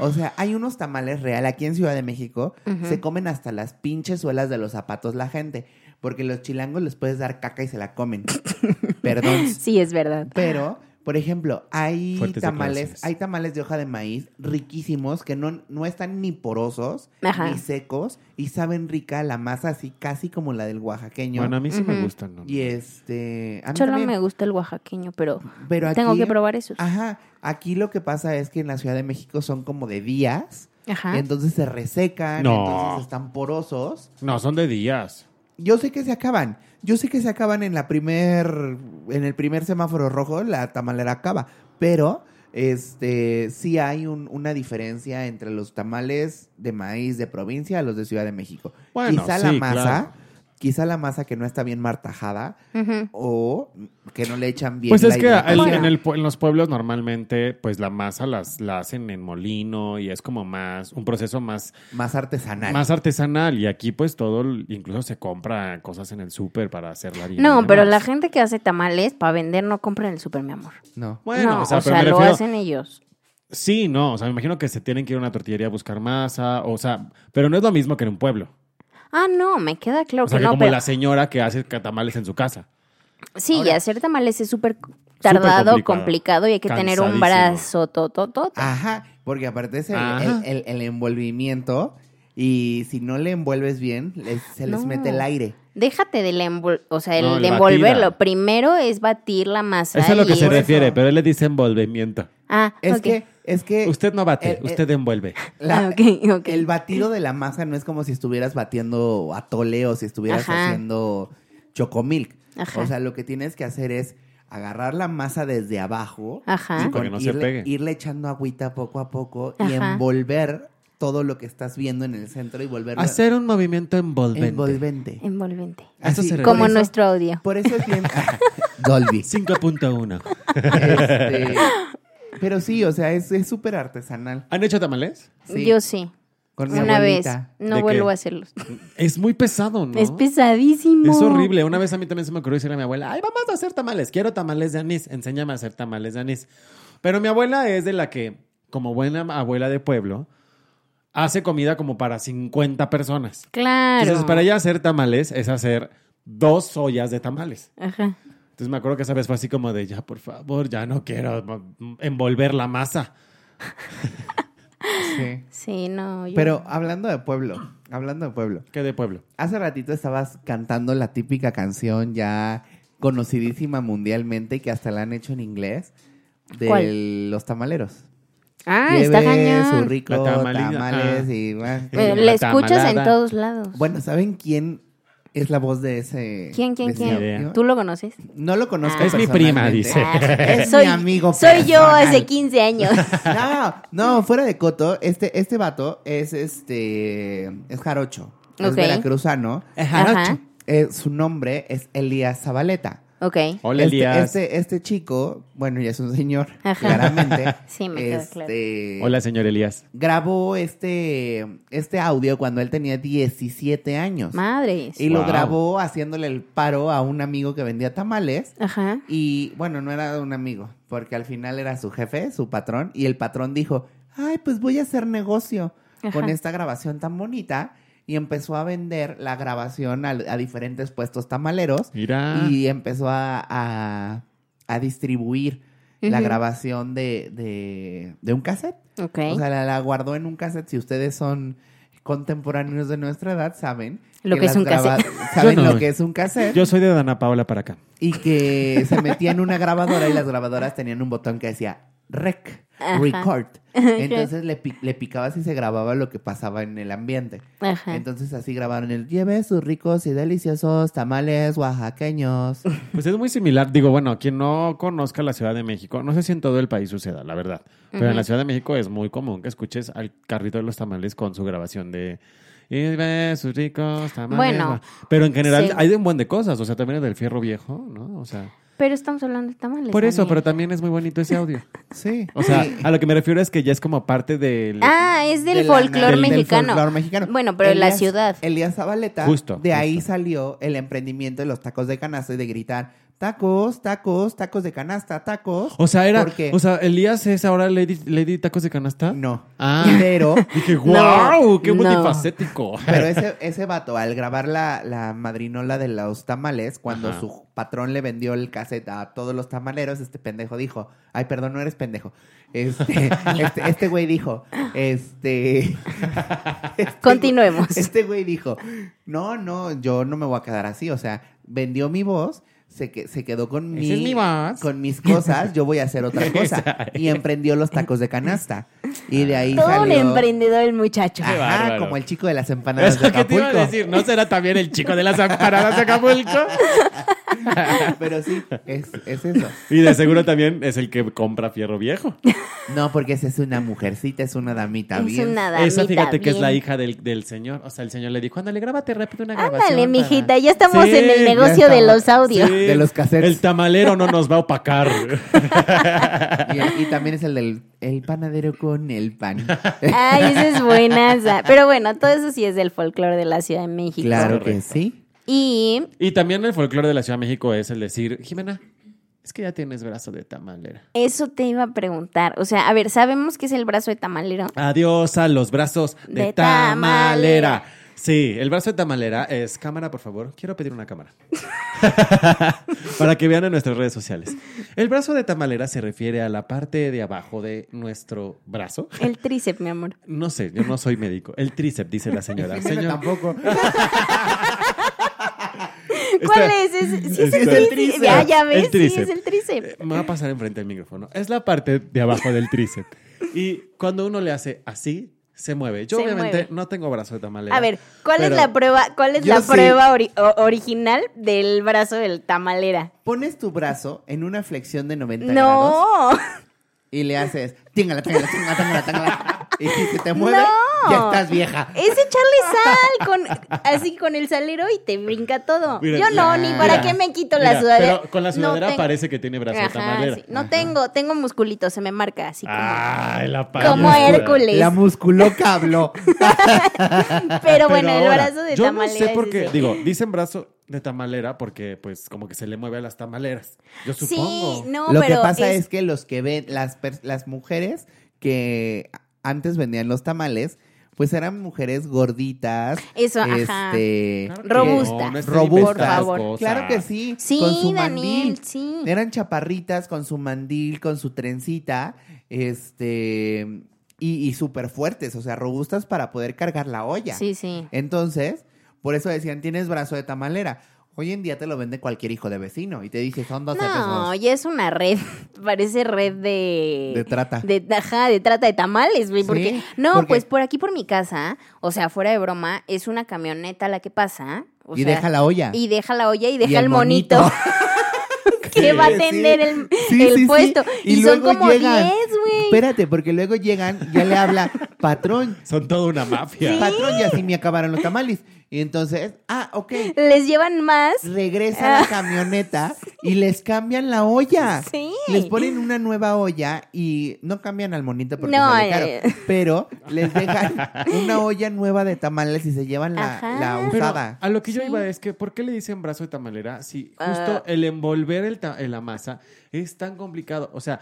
[SPEAKER 3] O sea, hay unos tamales real aquí en Ciudad de México. Se comen hasta las pinches suelas de los zapatos la gente. Porque los chilangos les puedes dar caca y se la comen. Perdón.
[SPEAKER 4] Sí, es verdad.
[SPEAKER 3] Pero, por ejemplo, hay
[SPEAKER 2] Fuertes
[SPEAKER 3] tamales,
[SPEAKER 2] declaraciones.
[SPEAKER 3] hay tamales de hoja de maíz riquísimos que no, no están ni porosos
[SPEAKER 4] Ajá.
[SPEAKER 3] ni secos y saben rica la masa así casi como la del oaxaqueño.
[SPEAKER 2] Bueno, a mí sí
[SPEAKER 4] Ujú.
[SPEAKER 2] me gustan. ¿no?
[SPEAKER 3] y este, a mí
[SPEAKER 4] Solo
[SPEAKER 3] también. Ah,
[SPEAKER 4] me gusta el oaxaqueño, pero
[SPEAKER 3] Pero aquí,
[SPEAKER 4] tengo que probar eso.
[SPEAKER 3] Ajá, aquí lo que pasa es que en la Ciudad de México son como de días,
[SPEAKER 4] Ajá.
[SPEAKER 3] entonces se resecan,
[SPEAKER 2] No.
[SPEAKER 3] entonces están porosos.
[SPEAKER 2] No, son de días.
[SPEAKER 3] Yo sé que se acaban, yo sé que se acaban en la primer, en el primer semáforo rojo, la tamalera acaba, pero este sí hay un- una diferencia entre los tamales de maíz de provincia a los de Ciudad de México.
[SPEAKER 2] Bueno,
[SPEAKER 3] quizá la
[SPEAKER 2] sí,
[SPEAKER 3] masa,
[SPEAKER 2] claro.
[SPEAKER 3] quizá la masa que no está bien martajada
[SPEAKER 4] Ujú.
[SPEAKER 3] o que no le echan bien.
[SPEAKER 2] Pues
[SPEAKER 3] la
[SPEAKER 2] es que el-
[SPEAKER 3] hidratación.
[SPEAKER 2] en, el pue- en los pueblos normalmente, pues la masa las, la hacen en molino y es como más, un proceso más,
[SPEAKER 3] más artesanal.
[SPEAKER 2] más artesanal. Y aquí, pues todo, el- incluso se compra cosas en el súper para hacer la harina.
[SPEAKER 4] No,
[SPEAKER 2] y
[SPEAKER 4] pero la
[SPEAKER 2] demás.
[SPEAKER 4] gente que hace tamales para vender no compra en el super, mi amor.
[SPEAKER 3] No.
[SPEAKER 2] Bueno,
[SPEAKER 4] no,
[SPEAKER 2] o sea, pero me
[SPEAKER 4] lo
[SPEAKER 2] refiero-
[SPEAKER 4] hacen ellos.
[SPEAKER 2] Sí, no, o sea, me imagino que se tienen que ir a una tortillería a buscar masa, o sea, pero no es lo mismo que en un pueblo.
[SPEAKER 4] Ah, no, me queda claro
[SPEAKER 2] O sea,
[SPEAKER 4] que
[SPEAKER 2] que
[SPEAKER 4] no,
[SPEAKER 2] como
[SPEAKER 4] pero
[SPEAKER 2] la señora que hace catamales en su casa.
[SPEAKER 4] sí, y hacer tamales es súper tardado, complicado.
[SPEAKER 2] complicado.
[SPEAKER 4] y hay que tener un
[SPEAKER 2] Cansadísimo.
[SPEAKER 4] brazo tototota.
[SPEAKER 3] Ajá, porque aparte es el,
[SPEAKER 2] Ajá.
[SPEAKER 3] el- el- el envolvimiento y si no le envuelves bien, les- se les
[SPEAKER 4] No.
[SPEAKER 3] mete el aire.
[SPEAKER 4] Déjate del envol- o sea, el
[SPEAKER 2] No,
[SPEAKER 4] de
[SPEAKER 2] la
[SPEAKER 4] envolverlo.
[SPEAKER 2] batida.
[SPEAKER 4] Primero es batir la masa.
[SPEAKER 2] Eso es lo que
[SPEAKER 4] y-
[SPEAKER 2] se
[SPEAKER 3] por
[SPEAKER 2] refiere,
[SPEAKER 3] eso.
[SPEAKER 2] pero él le dice envolvimiento.
[SPEAKER 4] Ah,
[SPEAKER 3] Es
[SPEAKER 4] ok.
[SPEAKER 3] que, es que
[SPEAKER 2] Usted no bate,
[SPEAKER 3] Eh, eh.
[SPEAKER 2] usted envuelve.
[SPEAKER 3] la-
[SPEAKER 4] Ah, ok, ok.
[SPEAKER 3] el batido de la masa no es como si estuvieras batiendo atole o si estuvieras
[SPEAKER 4] Ajá.
[SPEAKER 3] haciendo chocomilk.
[SPEAKER 4] Ajá.
[SPEAKER 3] O sea, lo que tienes que hacer es agarrar la masa desde abajo
[SPEAKER 4] Ajá.
[SPEAKER 3] y
[SPEAKER 2] Para que no se
[SPEAKER 3] irle,
[SPEAKER 2] pegue.
[SPEAKER 3] irle echando agüita poco a poco y
[SPEAKER 4] Ajá.
[SPEAKER 3] envolver todo lo que estás viendo en el centro y volverlo
[SPEAKER 2] Hacer un movimiento envolvente.
[SPEAKER 3] envolvente.
[SPEAKER 4] Envolvente.
[SPEAKER 2] A eso
[SPEAKER 3] Así,
[SPEAKER 2] se
[SPEAKER 3] por
[SPEAKER 4] Como
[SPEAKER 3] eso-
[SPEAKER 4] nuestro audio.
[SPEAKER 3] Por eso es bien. Dolby.
[SPEAKER 2] 5.1.
[SPEAKER 3] Este, pero sí, o sea, es es súper artesanal.
[SPEAKER 2] ¿Han hecho tamales?
[SPEAKER 3] Sí,
[SPEAKER 4] Yo sí.
[SPEAKER 3] con mi
[SPEAKER 4] Una vez.
[SPEAKER 3] abuelita.
[SPEAKER 4] No
[SPEAKER 2] ¿De
[SPEAKER 4] vuelvo
[SPEAKER 2] qué?
[SPEAKER 4] a hacerlos.
[SPEAKER 2] Es muy pesado, ¿no?
[SPEAKER 4] Es pesadísimo.
[SPEAKER 2] Es horrible. Una vez a mí también se me ocurrió decirle a mi abuela, ay, vamos a hacer tamales. Quiero tamales de anís. Enséñame a hacer tamales de anís. Pero mi abuela es de la que, como buena abuela de pueblo, hace comida como para 50 personas.
[SPEAKER 4] Claro.
[SPEAKER 2] Entonces, para ella hacer tamales es hacer dos ollas de tamales.
[SPEAKER 4] Ajá.
[SPEAKER 2] Entonces me acuerdo que esa vez fue así como de, ya, por favor, ya no quiero mm, envolver la masa.
[SPEAKER 3] Sí.
[SPEAKER 4] Sí, no. yo-
[SPEAKER 3] Pero hablando de pueblo, hablando de pueblo.
[SPEAKER 2] ¿Qué de pueblo?
[SPEAKER 3] Hace ratito estabas cantando la típica canción ya conocidísima mundialmente y que hasta la han hecho en inglés de
[SPEAKER 4] ¿Cuál?
[SPEAKER 3] los tamaleros.
[SPEAKER 4] Ah,
[SPEAKER 3] Lleve
[SPEAKER 4] está
[SPEAKER 3] su
[SPEAKER 4] cañón.
[SPEAKER 3] rico
[SPEAKER 2] La tamalida, ah.
[SPEAKER 3] tamales
[SPEAKER 2] ajá.
[SPEAKER 3] y bueno.
[SPEAKER 2] La
[SPEAKER 4] Eh, La escuchas en
[SPEAKER 2] tamalada.
[SPEAKER 4] todos lados.
[SPEAKER 3] Bueno, ¿saben quién es la voz de ese?
[SPEAKER 4] ¿Quién, quién,
[SPEAKER 3] de ese
[SPEAKER 4] quién?
[SPEAKER 3] señor?
[SPEAKER 4] ¿Tú lo conoces?
[SPEAKER 3] No lo conozco.
[SPEAKER 4] Ah. Es
[SPEAKER 2] mi prima,
[SPEAKER 3] personalmente.
[SPEAKER 2] dice.
[SPEAKER 3] Es mi amigo
[SPEAKER 4] Soy yo
[SPEAKER 3] personal.
[SPEAKER 4] hace 15 años.
[SPEAKER 3] No, no, fuera de coto, este, este vato es este es jarocho, es
[SPEAKER 4] Ok.
[SPEAKER 3] veracruzano.
[SPEAKER 2] Es
[SPEAKER 4] jarocho. Ajá.
[SPEAKER 3] Eh, su nombre es Elías Zabaleta.
[SPEAKER 4] Ok.
[SPEAKER 2] Hola,
[SPEAKER 3] este,
[SPEAKER 2] Elías.
[SPEAKER 3] Este, este chico, bueno, ya es un señor,
[SPEAKER 4] Ajá.
[SPEAKER 3] claramente.
[SPEAKER 4] Sí, me queda claro.
[SPEAKER 3] este,
[SPEAKER 2] Hola, señor Elías.
[SPEAKER 3] Grabó este, este audio cuando él tenía 17 años.
[SPEAKER 4] Madres.
[SPEAKER 3] Y lo
[SPEAKER 2] Wow.
[SPEAKER 3] grabó haciéndole el paro a un amigo que vendía tamales.
[SPEAKER 4] Ajá.
[SPEAKER 3] Y bueno, no era un amigo, porque al final era su jefe, su patrón, y el patrón dijo, ay, pues voy a hacer negocio con
[SPEAKER 4] Ajá.
[SPEAKER 3] esta grabación tan bonita. Y empezó a vender la grabación al- a, diferentes puestos tamaleros
[SPEAKER 4] Ah.
[SPEAKER 2] Mira.
[SPEAKER 3] y empezó a, a- a distribuir la
[SPEAKER 4] Ujú.
[SPEAKER 3] grabación de, de- de un cassette.
[SPEAKER 4] Ok.
[SPEAKER 3] O sea, la, la guardó en un cassette. Si ustedes son contemporáneos de nuestra edad, saben
[SPEAKER 4] Lo que es
[SPEAKER 3] las
[SPEAKER 4] un
[SPEAKER 3] graba-
[SPEAKER 4] cassette.
[SPEAKER 3] Saben
[SPEAKER 2] Yo no.
[SPEAKER 3] lo que es un cassette
[SPEAKER 2] Yo soy de Dana Paola para acá.
[SPEAKER 3] y que se metía en una grabadora y las grabadoras tenían un botón que decía rec,
[SPEAKER 4] Ajá.
[SPEAKER 3] record. Entonces le, pi- le picabas y se grababa lo que pasaba en el ambiente.
[SPEAKER 4] Ajá.
[SPEAKER 3] Entonces así grabaron el lleve sus ricos y deliciosos tamales oaxaqueños.
[SPEAKER 2] Pues es muy similar. Digo, bueno, quien no conozca la Ciudad de México, no sé si en todo el país suceda, la verdad. Pero en la Ciudad de México es muy común que escuches al carrito de los tamales con su grabación de. Y ve sus ricos tamales.
[SPEAKER 4] Bueno.
[SPEAKER 2] pero en general
[SPEAKER 4] Sí.
[SPEAKER 2] hay de un buen de cosas. O sea, también es del fierro viejo, ¿no? O sea,
[SPEAKER 4] Pero estamos hablando de tamales.
[SPEAKER 2] por eso, pero
[SPEAKER 4] Daniel.
[SPEAKER 2] también es muy bonito ese audio.
[SPEAKER 3] Sí.
[SPEAKER 2] O sea, a lo que me refiero es que ya es como parte del.
[SPEAKER 4] Ah, es del
[SPEAKER 3] De la-
[SPEAKER 4] folclore
[SPEAKER 2] del- del
[SPEAKER 4] mexicano.
[SPEAKER 3] folclore mexicano.
[SPEAKER 4] Bueno, pero la
[SPEAKER 3] Elías-
[SPEAKER 4] ciudad.
[SPEAKER 3] Elías Zabaleta.
[SPEAKER 2] Justo,
[SPEAKER 3] De ahí
[SPEAKER 2] justo.
[SPEAKER 3] salió el emprendimiento de los tacos de canasta y de gritar tacos, tacos, tacos de canasta, tacos.
[SPEAKER 2] O sea, era.
[SPEAKER 3] Porque
[SPEAKER 2] O sea, Elías es ahora Lady, Lady Tacos de Canasta.
[SPEAKER 3] no.
[SPEAKER 2] Ah.
[SPEAKER 3] Pero
[SPEAKER 2] Dije, wow, qué
[SPEAKER 4] no.
[SPEAKER 2] multifacético.
[SPEAKER 3] Pero ese, ese vato, al grabar la, la madrinola de los tamales, cuando
[SPEAKER 2] Ajá.
[SPEAKER 3] su patrón le vendió el cassette a todos los tamaleros, este pendejo dijo, ay, perdón, no eres pendejo. Este, este, este güey dijo, este... este
[SPEAKER 4] Continuemos.
[SPEAKER 3] güey- Este güey dijo, no, no, yo no me voy a quedar así, o sea, vendió mi voz. Se, que, se quedó con,
[SPEAKER 2] Esa
[SPEAKER 3] mi-
[SPEAKER 2] es mi voz.
[SPEAKER 3] con mis cosas, yo voy a hacer otra cosa. Y emprendió los tacos de canasta. Y de ahí
[SPEAKER 4] Todo un
[SPEAKER 3] salió...
[SPEAKER 4] emprendedor el muchacho.
[SPEAKER 2] Qué
[SPEAKER 3] Ajá,
[SPEAKER 2] bárbaro.
[SPEAKER 3] como el chico de las empanadas
[SPEAKER 2] Es
[SPEAKER 3] de
[SPEAKER 2] lo que te
[SPEAKER 3] Acapulco.
[SPEAKER 2] iba a decir. ¿No será también el chico de las amparadas de Acapulco?
[SPEAKER 3] Pero sí, es, es eso.
[SPEAKER 2] Y de seguro también es el que compra fierro viejo.
[SPEAKER 3] No, porque esa es una mujercita, es una damita
[SPEAKER 4] es
[SPEAKER 3] bien.
[SPEAKER 4] una damita.
[SPEAKER 2] Esa fíjate que es la
[SPEAKER 4] bien.
[SPEAKER 2] hija del, del señor. O sea, el señor le dijo, ándale, grábate rápido una grabación.
[SPEAKER 4] Ándale,
[SPEAKER 2] para-".
[SPEAKER 4] mijita, ya estamos
[SPEAKER 2] Sí,
[SPEAKER 4] en el
[SPEAKER 2] ya
[SPEAKER 4] negocio de
[SPEAKER 3] estamos.
[SPEAKER 4] los audios.
[SPEAKER 2] Sí,
[SPEAKER 3] De los cassettes.
[SPEAKER 2] El tamalero no nos va a opacar.
[SPEAKER 3] Y, y también es el del el panadero con el pan.
[SPEAKER 4] Ay, esa es buenaza. Pero bueno, todo eso sí es del folclore de la Ciudad de México.
[SPEAKER 3] Claro que
[SPEAKER 2] Correcto.
[SPEAKER 3] sí.
[SPEAKER 4] Y
[SPEAKER 2] y también el folclore de la Ciudad de México es el decir, Jimena, es que ya tienes brazo de tamalera.
[SPEAKER 4] eso te iba a preguntar. O sea, a ver, sabemos que es el brazo de tamalero.
[SPEAKER 2] Adiós a los brazos de,
[SPEAKER 4] De
[SPEAKER 2] tamalera.
[SPEAKER 4] tamalera.
[SPEAKER 2] Sí, el brazo de tamalera es cámara, por favor. Quiero pedir una cámara. Para que vean en nuestras redes sociales. El brazo de tamalera se refiere a la parte de abajo de nuestro brazo.
[SPEAKER 4] El tríceps, mi amor.
[SPEAKER 2] No sé, yo no soy médico. El tríceps, dice la señora.
[SPEAKER 3] Jimena
[SPEAKER 2] Señor,
[SPEAKER 3] tampoco.
[SPEAKER 4] ¿Cuál
[SPEAKER 2] espera.
[SPEAKER 4] es? ¿Es, sí es el
[SPEAKER 2] Espera.
[SPEAKER 4] tríceps. Ya, ya
[SPEAKER 2] El
[SPEAKER 4] ves, sí,
[SPEAKER 2] tríceps.
[SPEAKER 4] es el tríceps.
[SPEAKER 2] Eh, Me va a pasar enfrente del micrófono. Es la parte de abajo del tríceps. Y cuando uno le hace así, se mueve. Yo
[SPEAKER 4] Se
[SPEAKER 2] obviamente
[SPEAKER 4] mueve.
[SPEAKER 2] no tengo brazo de tamalera.
[SPEAKER 4] A ver, ¿cuál
[SPEAKER 2] pero-
[SPEAKER 4] es la prueba, cuál es
[SPEAKER 3] Yo
[SPEAKER 4] la
[SPEAKER 3] sí.
[SPEAKER 4] prueba ori- o- original del brazo del tamalera?
[SPEAKER 3] Pones tu brazo en una flexión de 90 grados
[SPEAKER 4] No,
[SPEAKER 3] y le haces tíngala, tíngala, tíngala, tíngala, tíngala. Y si se te mueve,
[SPEAKER 4] No.
[SPEAKER 3] ya estás vieja.
[SPEAKER 4] es echarle sal con, así con el salero y te brinca todo.
[SPEAKER 2] Mira,
[SPEAKER 4] Yo no,
[SPEAKER 2] mira,
[SPEAKER 4] ni para
[SPEAKER 2] mira,
[SPEAKER 4] qué me quito
[SPEAKER 2] mira,
[SPEAKER 4] la sudadera.
[SPEAKER 2] Pero con la
[SPEAKER 4] No
[SPEAKER 2] sudadera
[SPEAKER 4] tengo-
[SPEAKER 2] parece que tiene brazo de
[SPEAKER 4] Ajá,
[SPEAKER 2] tamalera.
[SPEAKER 4] sí. No tengo, tengo musculito, se me marca así como.
[SPEAKER 2] Ay, la
[SPEAKER 4] Como
[SPEAKER 2] payasura.
[SPEAKER 4] Hércules. Les-
[SPEAKER 3] La musculoca habló.
[SPEAKER 4] pero bueno, el
[SPEAKER 2] ahora,
[SPEAKER 4] brazo de
[SPEAKER 2] yo
[SPEAKER 4] tamalera.
[SPEAKER 2] No sé
[SPEAKER 4] es
[SPEAKER 2] por qué.
[SPEAKER 4] ese.
[SPEAKER 2] Digo, dicen brazo de tamalera porque, pues, como que se le mueve a las tamaleras. Yo supongo.
[SPEAKER 4] Sí, no,
[SPEAKER 3] Lo
[SPEAKER 4] pero
[SPEAKER 3] que pasa
[SPEAKER 4] es-
[SPEAKER 3] es... que los que ven, las, pers- las mujeres que antes vendían los tamales, pues eran mujeres gorditas.
[SPEAKER 4] Eso, ajá.
[SPEAKER 3] este,
[SPEAKER 2] Claro que
[SPEAKER 4] Robusta.
[SPEAKER 2] no, no es
[SPEAKER 3] Robustas.
[SPEAKER 2] Felipe
[SPEAKER 4] Por
[SPEAKER 2] Cosas.
[SPEAKER 4] favor.
[SPEAKER 3] Claro que sí.
[SPEAKER 4] Sí,
[SPEAKER 3] con su
[SPEAKER 4] Daniel,
[SPEAKER 3] mandil.
[SPEAKER 4] sí.
[SPEAKER 3] Eran chaparritas con su mandil, con su trencita, este, y, y súper fuertes, o sea, robustas para poder cargar la olla.
[SPEAKER 4] Sí, sí.
[SPEAKER 3] Entonces, por eso decían, tienes brazo de tamalera. Hoy en día te lo vende cualquier hijo de vecino y te dice, son 12
[SPEAKER 4] No,
[SPEAKER 3] pesos.
[SPEAKER 4] ya es una red. Parece red de.
[SPEAKER 3] De trata.
[SPEAKER 4] De, ajá, de trata de tamales, güey.
[SPEAKER 3] Sí,
[SPEAKER 4] Porque. No,
[SPEAKER 3] porque-
[SPEAKER 4] pues por aquí, por mi casa, o sea, fuera de broma, es una camioneta la que pasa. o
[SPEAKER 3] y
[SPEAKER 4] sea,
[SPEAKER 3] deja la olla.
[SPEAKER 4] Y deja la olla y
[SPEAKER 3] Y
[SPEAKER 4] deja el monito. que va a
[SPEAKER 3] Sí,
[SPEAKER 4] atender el,
[SPEAKER 3] sí,
[SPEAKER 4] el
[SPEAKER 3] sí, sí.
[SPEAKER 4] puesto.
[SPEAKER 3] Y
[SPEAKER 4] Y, son
[SPEAKER 3] luego
[SPEAKER 4] como 10,
[SPEAKER 3] llegan,
[SPEAKER 4] güey.
[SPEAKER 3] Espérate, porque luego llegan, ya le habla, patrón,
[SPEAKER 2] Son toda una mafia.
[SPEAKER 3] patrón, ya sí me acabaron los tamales. Y entonces, ah, ok,
[SPEAKER 4] Les llevan más.
[SPEAKER 3] regresa a la camioneta y les cambian la olla.
[SPEAKER 4] Sí.
[SPEAKER 3] Ah, Les ponen una nueva olla y no cambian al monito porque
[SPEAKER 4] No,
[SPEAKER 3] sale caro,
[SPEAKER 4] eh.
[SPEAKER 3] pero les dejan una olla nueva de tamales y se llevan la,
[SPEAKER 4] Ajá.
[SPEAKER 3] la
[SPEAKER 2] Pero
[SPEAKER 3] usada.
[SPEAKER 2] a lo que yo
[SPEAKER 4] Sí.
[SPEAKER 2] iba es que, ¿por qué le dicen brazo de tamalera si justo
[SPEAKER 4] Ah.
[SPEAKER 2] el envolver el ta- eh, la masa es tan complicado? O sea,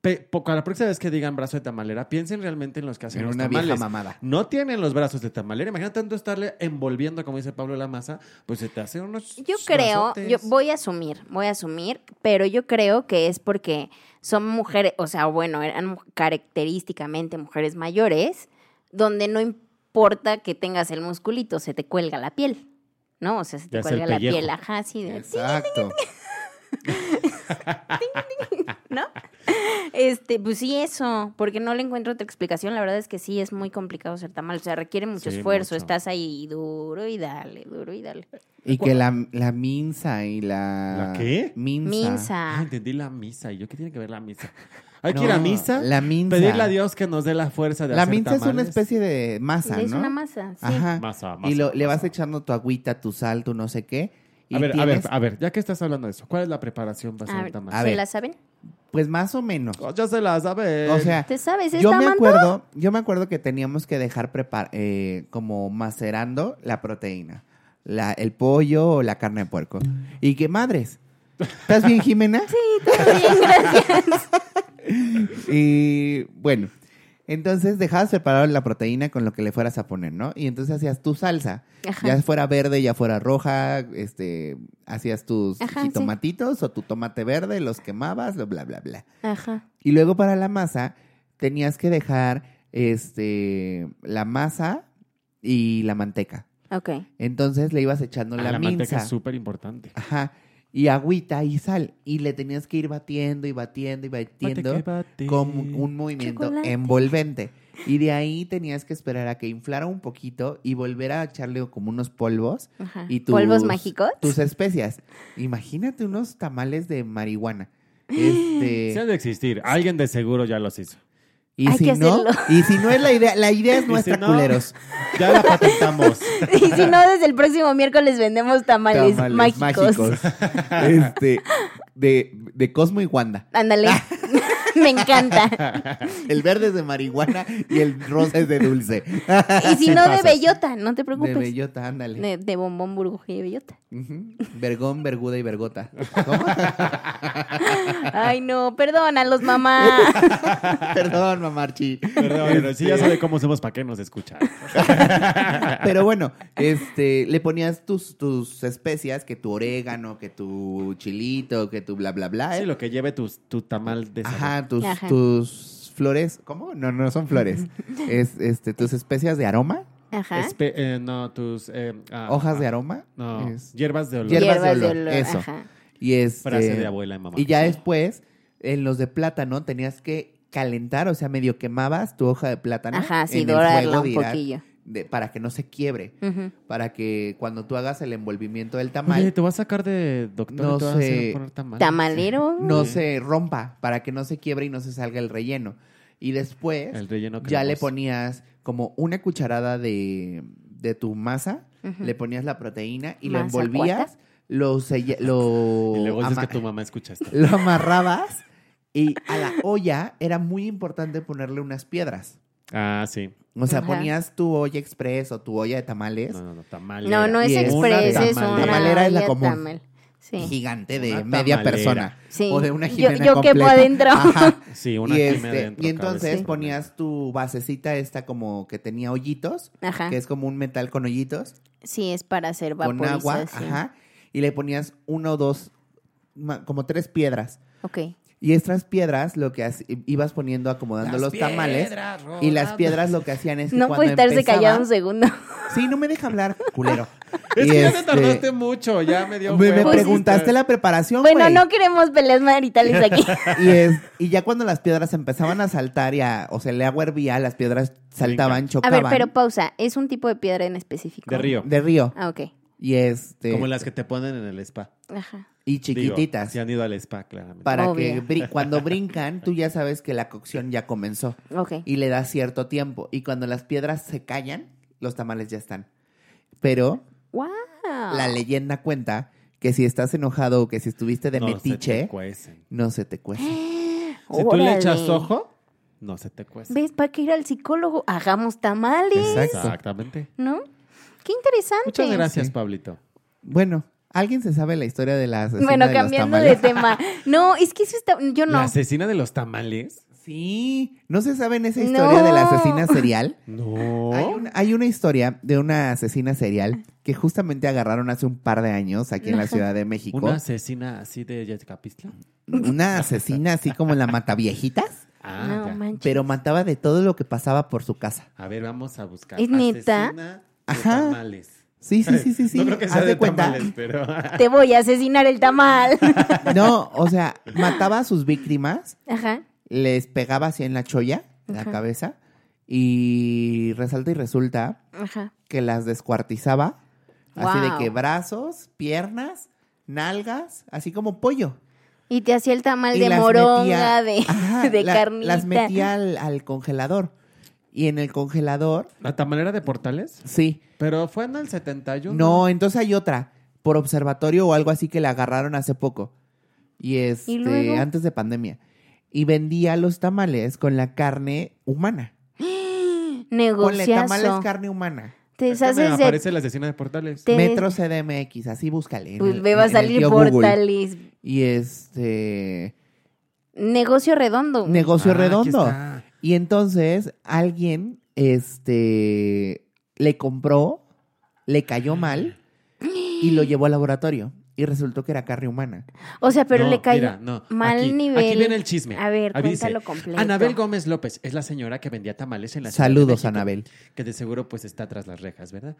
[SPEAKER 2] pe- po- para la próxima vez que digan brazo de tamalera, piensen realmente en los que hacen
[SPEAKER 3] Pero
[SPEAKER 2] los
[SPEAKER 3] una vieja
[SPEAKER 2] tamales.
[SPEAKER 3] mamada.
[SPEAKER 2] No tienen los brazos de tamalera. Imagina tanto estarle envolviendo, como dice Pablo, la masa, pues se te hacen unos
[SPEAKER 4] Yo creo,
[SPEAKER 2] brazotes.
[SPEAKER 4] yo voy a asumir, voy a asumir, pero yo creo que es porque son mujeres, o sea, bueno, eran mu- característicamente mujeres mayores, donde no importa que tengas el musculito, se te cuelga la piel, ¿no? O sea, se te
[SPEAKER 2] Ya es el
[SPEAKER 4] cuelga la
[SPEAKER 2] pellejo.
[SPEAKER 4] piel, ajá, sí, de-
[SPEAKER 3] Exacto.
[SPEAKER 4] ¿no? Este, pues sí, eso, porque no le encuentro otra explicación, la verdad es que sí, es muy complicado ser tamal, o sea, requiere mucho
[SPEAKER 2] Sí,
[SPEAKER 4] esfuerzo,
[SPEAKER 2] mucho.
[SPEAKER 4] estás ahí duro y dale, duro y dale.
[SPEAKER 3] Y que la, la minza y la...
[SPEAKER 2] ¿La qué? Ah,
[SPEAKER 3] Minza.
[SPEAKER 4] Minza.
[SPEAKER 2] entendí la misa. ¿Y yo qué tiene que ver la misa? Hay que ir a
[SPEAKER 3] No,
[SPEAKER 2] misa,
[SPEAKER 3] La minza.
[SPEAKER 2] pedirle a Dios que nos dé la fuerza de
[SPEAKER 3] La
[SPEAKER 2] hacer
[SPEAKER 3] minza es una
[SPEAKER 2] tamales.
[SPEAKER 3] especie de masa, ¿no?
[SPEAKER 4] Es una masa, sí.
[SPEAKER 3] Ajá.
[SPEAKER 2] Masa,
[SPEAKER 3] y
[SPEAKER 2] masa,
[SPEAKER 3] lo- le vas
[SPEAKER 2] masa.
[SPEAKER 3] echando tu agüita, tu sal, tu no sé qué. Y
[SPEAKER 2] A ver, a
[SPEAKER 3] tienes-
[SPEAKER 2] ver, a ver, ya que estás hablando de eso, ¿cuál es la preparación para hacer
[SPEAKER 4] A
[SPEAKER 2] el
[SPEAKER 4] ver,
[SPEAKER 2] tamal?
[SPEAKER 3] A
[SPEAKER 4] ¿Se
[SPEAKER 3] ver.
[SPEAKER 4] la saben?
[SPEAKER 3] Pues más o menos.
[SPEAKER 2] Oh, ya se la sabe.
[SPEAKER 3] O sea,
[SPEAKER 4] ¿Te sabes esta,
[SPEAKER 3] yo me
[SPEAKER 4] Amanda?
[SPEAKER 3] acuerdo, yo me acuerdo que teníamos que dejar prepar, eh, como macerando la proteína, la, el pollo o la carne de puerco. Y qué madres. ¿Estás bien, Jimena? Y bueno, entonces dejabas preparado la proteína con lo que le fueras a poner, ¿no? Y entonces hacías tu salsa.
[SPEAKER 4] Ajá.
[SPEAKER 3] Ya fuera verde, ya fuera roja, este, hacías tus
[SPEAKER 4] Ajá,
[SPEAKER 3] jitomatitos o tu tomate verde, los quemabas, lo bla, bla, bla.
[SPEAKER 4] Ajá.
[SPEAKER 3] Y luego para la masa tenías que dejar este, la masa y la manteca.
[SPEAKER 4] Ok.
[SPEAKER 3] Entonces le ibas echando
[SPEAKER 2] Ah,
[SPEAKER 3] la,
[SPEAKER 2] la manteca
[SPEAKER 3] minza.
[SPEAKER 2] es súper importante.
[SPEAKER 3] Ajá. Y agüita y sal. Y le tenías que ir batiendo y batiendo y batiendo con un movimiento
[SPEAKER 4] Chocolate.
[SPEAKER 3] envolvente. Y de ahí tenías que esperar a que inflara un poquito y volver a echarle como unos polvos
[SPEAKER 4] Ajá.
[SPEAKER 3] y tus
[SPEAKER 4] Ah. ¿Polvos mágicos?
[SPEAKER 3] Tus especias. Imagínate unos tamales de marihuana. Este,
[SPEAKER 2] Se han de existir. Alguien de seguro ya los hizo.
[SPEAKER 3] Y
[SPEAKER 4] Hay
[SPEAKER 3] si
[SPEAKER 4] que
[SPEAKER 3] no,
[SPEAKER 4] hacerlo.
[SPEAKER 3] y si no es la idea, la idea es
[SPEAKER 2] Y si
[SPEAKER 3] nuestra,
[SPEAKER 2] no,
[SPEAKER 3] culeros.
[SPEAKER 2] Ya la patentamos.
[SPEAKER 4] Y si no, desde el próximo miércoles vendemos tamales,
[SPEAKER 3] Tamales
[SPEAKER 4] mágicos.
[SPEAKER 3] Este, de, de Cosmo y Wanda.
[SPEAKER 4] Ándale. Me encanta.
[SPEAKER 3] El verde es de marihuana y el rosa es de dulce.
[SPEAKER 4] Y
[SPEAKER 2] Sí
[SPEAKER 4] si no, de
[SPEAKER 2] pasas.
[SPEAKER 4] bellota, no te
[SPEAKER 3] De
[SPEAKER 4] preocupes. De,
[SPEAKER 3] bellota, ándale.
[SPEAKER 4] de bombón, burbuja y bellota.
[SPEAKER 3] Ujú. Vergón, verguda y vergota. ¿Cómo?
[SPEAKER 4] Ay, no, perdona los mamá.
[SPEAKER 3] Perdón, mamarchi.
[SPEAKER 2] Perdón, pero sí ya sabe cómo somos para qué nos escucha.
[SPEAKER 3] Pero bueno, este, le ponías tus, tus especias, que tu orégano, que tu chilito, que tu bla, bla, bla.
[SPEAKER 2] Sí, lo que lleve tu, tu tamal de sabor.
[SPEAKER 3] Ajá, tus,
[SPEAKER 4] Ajá.
[SPEAKER 3] tus flores. ¿Cómo? No, no son flores. Es este, tus especias de aroma,
[SPEAKER 4] Ajá.
[SPEAKER 2] Espe- eh, no, tus... eh, ah,
[SPEAKER 3] hojas de
[SPEAKER 2] ah,
[SPEAKER 3] aroma.
[SPEAKER 2] No,
[SPEAKER 3] Es-
[SPEAKER 2] hierbas de olor.
[SPEAKER 3] Hierba- hierbas de olor, eso.
[SPEAKER 4] Ajá.
[SPEAKER 3] y es
[SPEAKER 2] Frase de abuela y mamá.
[SPEAKER 3] Y ya después, en los de plátano, tenías que calentar, o sea, medio quemabas tu hoja de plátano.
[SPEAKER 4] Ajá, sí,
[SPEAKER 3] en el
[SPEAKER 4] dorarla
[SPEAKER 3] fuego
[SPEAKER 4] un
[SPEAKER 3] dirá-
[SPEAKER 4] poquillo.
[SPEAKER 3] de- para que no se quiebre.
[SPEAKER 4] Ujú.
[SPEAKER 3] Para que cuando tú hagas el envolvimiento del tamal,
[SPEAKER 2] Oye, te vas a sacar de doctor
[SPEAKER 3] No
[SPEAKER 2] y te vas a
[SPEAKER 3] sé.
[SPEAKER 2] hacer poner tamal.
[SPEAKER 4] Tamalero.
[SPEAKER 3] no
[SPEAKER 2] Mm.
[SPEAKER 3] se rompa, para que no se quiebre y no se salga el relleno. Y después
[SPEAKER 2] El relleno
[SPEAKER 3] ya le
[SPEAKER 2] cremoso.
[SPEAKER 3] ponías como una cucharada de, de tu masa,
[SPEAKER 4] Ujú.
[SPEAKER 3] le ponías la proteína y lo
[SPEAKER 4] Masa
[SPEAKER 3] envolvías, lo, sella- lo,
[SPEAKER 2] Y luego dices
[SPEAKER 3] ama-
[SPEAKER 2] que tu mamá escucha esto.
[SPEAKER 3] lo amarrabas y a la olla era muy importante ponerle unas piedras.
[SPEAKER 2] Ah, sí.
[SPEAKER 3] O sea,
[SPEAKER 4] Ajá.
[SPEAKER 3] ponías tu olla express o tu olla de tamales
[SPEAKER 2] No, no, no, tamalera.
[SPEAKER 4] No, no es
[SPEAKER 3] Y es una
[SPEAKER 4] express, es una.
[SPEAKER 3] tamalera. Tamalera es la
[SPEAKER 4] olla
[SPEAKER 3] común.
[SPEAKER 4] tamal. Sí.
[SPEAKER 3] gigante de
[SPEAKER 2] Una
[SPEAKER 3] media
[SPEAKER 2] tamalera.
[SPEAKER 3] persona.
[SPEAKER 4] Sí.
[SPEAKER 3] O de una
[SPEAKER 4] Yo-
[SPEAKER 3] Jimena
[SPEAKER 4] yo quepo
[SPEAKER 3] completa.
[SPEAKER 4] adentro.
[SPEAKER 3] Ajá.
[SPEAKER 2] Sí, una
[SPEAKER 3] y,
[SPEAKER 2] quimia
[SPEAKER 3] este,
[SPEAKER 2] adentro,
[SPEAKER 3] y
[SPEAKER 2] cada vez
[SPEAKER 3] entonces
[SPEAKER 2] que
[SPEAKER 3] ponías tu basecita esta como que tenía hoyitos,
[SPEAKER 4] Ajá.
[SPEAKER 3] que es como un metal con hoyitos,
[SPEAKER 4] Sí, es para hacer
[SPEAKER 3] con
[SPEAKER 4] vaporización.
[SPEAKER 3] agua, ajá, y le ponías uno o dos, ma- como tres piedras.
[SPEAKER 4] Ok.
[SPEAKER 3] Y estas piedras lo que hac- ibas poniendo, acomodando los tamales. Y las piedras lo que hacían es que
[SPEAKER 4] No
[SPEAKER 3] cuando
[SPEAKER 4] puede estarse
[SPEAKER 3] empezaba-
[SPEAKER 4] callado un segundo.
[SPEAKER 3] Sí, no me deja hablar, culero.
[SPEAKER 2] Es
[SPEAKER 3] Y
[SPEAKER 2] que ya te
[SPEAKER 3] este,
[SPEAKER 2] tardaste mucho, ya me dio
[SPEAKER 3] me, me
[SPEAKER 2] hueva.
[SPEAKER 3] preguntaste la preparación,
[SPEAKER 4] Pues Bueno,
[SPEAKER 3] güey.
[SPEAKER 4] no queremos peleas maritales aquí.
[SPEAKER 3] Y, es- y ya cuando las piedras empezaban a saltar y a- o sea, el agua hervía, las piedras saltaban,
[SPEAKER 2] encanta.
[SPEAKER 4] A
[SPEAKER 3] chocaban.
[SPEAKER 4] ver, pero pausa. ¿Es un tipo de piedra en específico?
[SPEAKER 2] De río.
[SPEAKER 3] De río.
[SPEAKER 4] Ah, ok.
[SPEAKER 3] Y este.
[SPEAKER 2] Como las que te ponen en el spa.
[SPEAKER 4] Ajá.
[SPEAKER 3] Y
[SPEAKER 2] Digo,
[SPEAKER 3] chiquititas.
[SPEAKER 2] si han ido al spa, claramente.
[SPEAKER 3] para que
[SPEAKER 4] Obvio.
[SPEAKER 3] bri- cuando brincan, tú ya sabes que la cocción ya comenzó
[SPEAKER 4] Ok.
[SPEAKER 3] y le da cierto tiempo. Y cuando las piedras se callan, los tamales ya están. Pero
[SPEAKER 4] ¡Wow! Ah.
[SPEAKER 3] la leyenda cuenta que si estás enojado o que si estuviste de
[SPEAKER 2] no Se
[SPEAKER 3] metiche,
[SPEAKER 2] te cuecen.
[SPEAKER 3] no se te cuece.
[SPEAKER 2] Si tú le echas
[SPEAKER 4] Órale.
[SPEAKER 2] ojo, no se te cuece.
[SPEAKER 4] ¿Ves? ¿Para qué ir al psicólogo? Hagamos tamales,
[SPEAKER 3] Exacto.
[SPEAKER 2] Exactamente.
[SPEAKER 4] ¿no? ¡Qué interesante!
[SPEAKER 2] Muchas gracias,
[SPEAKER 3] Sí.
[SPEAKER 2] Pablito.
[SPEAKER 3] Bueno, ¿alguien se sabe la historia de las
[SPEAKER 4] Bueno, cambiando de tema. No, es que eso está... Yo
[SPEAKER 2] ¿La
[SPEAKER 4] no.
[SPEAKER 2] asesina de los tamales?
[SPEAKER 3] Sí, ¿no se saben esa historia
[SPEAKER 4] No.
[SPEAKER 3] de la asesina serial?
[SPEAKER 2] No.
[SPEAKER 3] Hay una, hay una historia de una asesina serial que justamente agarraron hace un par de años aquí en la Ciudad de México.
[SPEAKER 2] ¿Una asesina así de Jessica Pistla?
[SPEAKER 3] una asesina así como la mata viejitas,
[SPEAKER 2] Ah,
[SPEAKER 4] no,
[SPEAKER 2] ya.
[SPEAKER 4] manches.
[SPEAKER 3] pero mataba de todo lo que pasaba por su casa.
[SPEAKER 2] A ver, vamos a buscar.
[SPEAKER 4] ¿Es neta?
[SPEAKER 2] Asesina de
[SPEAKER 3] Ajá.
[SPEAKER 2] tamales.
[SPEAKER 3] Sí, sí, sí, sí, sí.
[SPEAKER 2] No creo que sea
[SPEAKER 3] Haz
[SPEAKER 2] de
[SPEAKER 3] de cuenta.
[SPEAKER 2] tamales, pero...
[SPEAKER 4] Te voy a asesinar el tamal.
[SPEAKER 3] No, o sea, mataba a sus víctimas,
[SPEAKER 4] Ajá.
[SPEAKER 3] les pegaba así en la cholla, en la
[SPEAKER 4] Ajá.
[SPEAKER 3] cabeza, y resalta y resulta
[SPEAKER 4] Ajá.
[SPEAKER 3] que las descuartizaba, así de
[SPEAKER 4] Wow.
[SPEAKER 3] que brazos, piernas, nalgas, así como pollo.
[SPEAKER 4] Y te hacía el tamal
[SPEAKER 3] Y
[SPEAKER 4] de
[SPEAKER 3] las
[SPEAKER 4] moronga,
[SPEAKER 3] metía-
[SPEAKER 4] de,
[SPEAKER 3] Ajá,
[SPEAKER 4] de
[SPEAKER 3] la-
[SPEAKER 4] carnita.
[SPEAKER 3] Las metía al- al congelador. Y en el congelador,
[SPEAKER 2] ¿La tamalera de Portales?
[SPEAKER 3] sí,
[SPEAKER 2] Pero fue en el 71.
[SPEAKER 3] No, entonces hay otra, por observatorio o algo así que la agarraron hace poco. Y este,
[SPEAKER 4] luego?
[SPEAKER 3] antes de pandemia. Y vendía los tamales con la carne humana. Ponle tamales
[SPEAKER 4] Negociazo.
[SPEAKER 3] carne humana.
[SPEAKER 4] Te
[SPEAKER 2] Es que me
[SPEAKER 4] deshaces de...
[SPEAKER 2] aparece la asesina de Portales.
[SPEAKER 4] Te-
[SPEAKER 3] Metro CDMX, así búscale. en
[SPEAKER 4] Pues
[SPEAKER 3] el-
[SPEAKER 4] me va a
[SPEAKER 3] en el
[SPEAKER 4] salir
[SPEAKER 3] tío Google.
[SPEAKER 4] portales.
[SPEAKER 3] Y este.
[SPEAKER 4] Negocio redondo.
[SPEAKER 3] Negocio
[SPEAKER 2] Ah, aquí
[SPEAKER 3] redondo.
[SPEAKER 2] está.
[SPEAKER 3] Y entonces alguien este le compró, le cayó mal y lo llevó al laboratorio y resultó que era carne humana.
[SPEAKER 4] o sea, pero
[SPEAKER 2] No,
[SPEAKER 4] le cayó
[SPEAKER 2] mira, no.
[SPEAKER 4] mal
[SPEAKER 2] Aquí-
[SPEAKER 4] nivel.
[SPEAKER 2] Aquí viene el chisme.
[SPEAKER 4] A ver,
[SPEAKER 2] Ahí dice,
[SPEAKER 4] cuéntalo completo.
[SPEAKER 2] Anabel Gómez López es la señora que vendía tamales en la Ciudad de
[SPEAKER 3] Saludos,
[SPEAKER 2] México,
[SPEAKER 3] Anabel.
[SPEAKER 2] Que de seguro pues está tras las rejas, ¿verdad?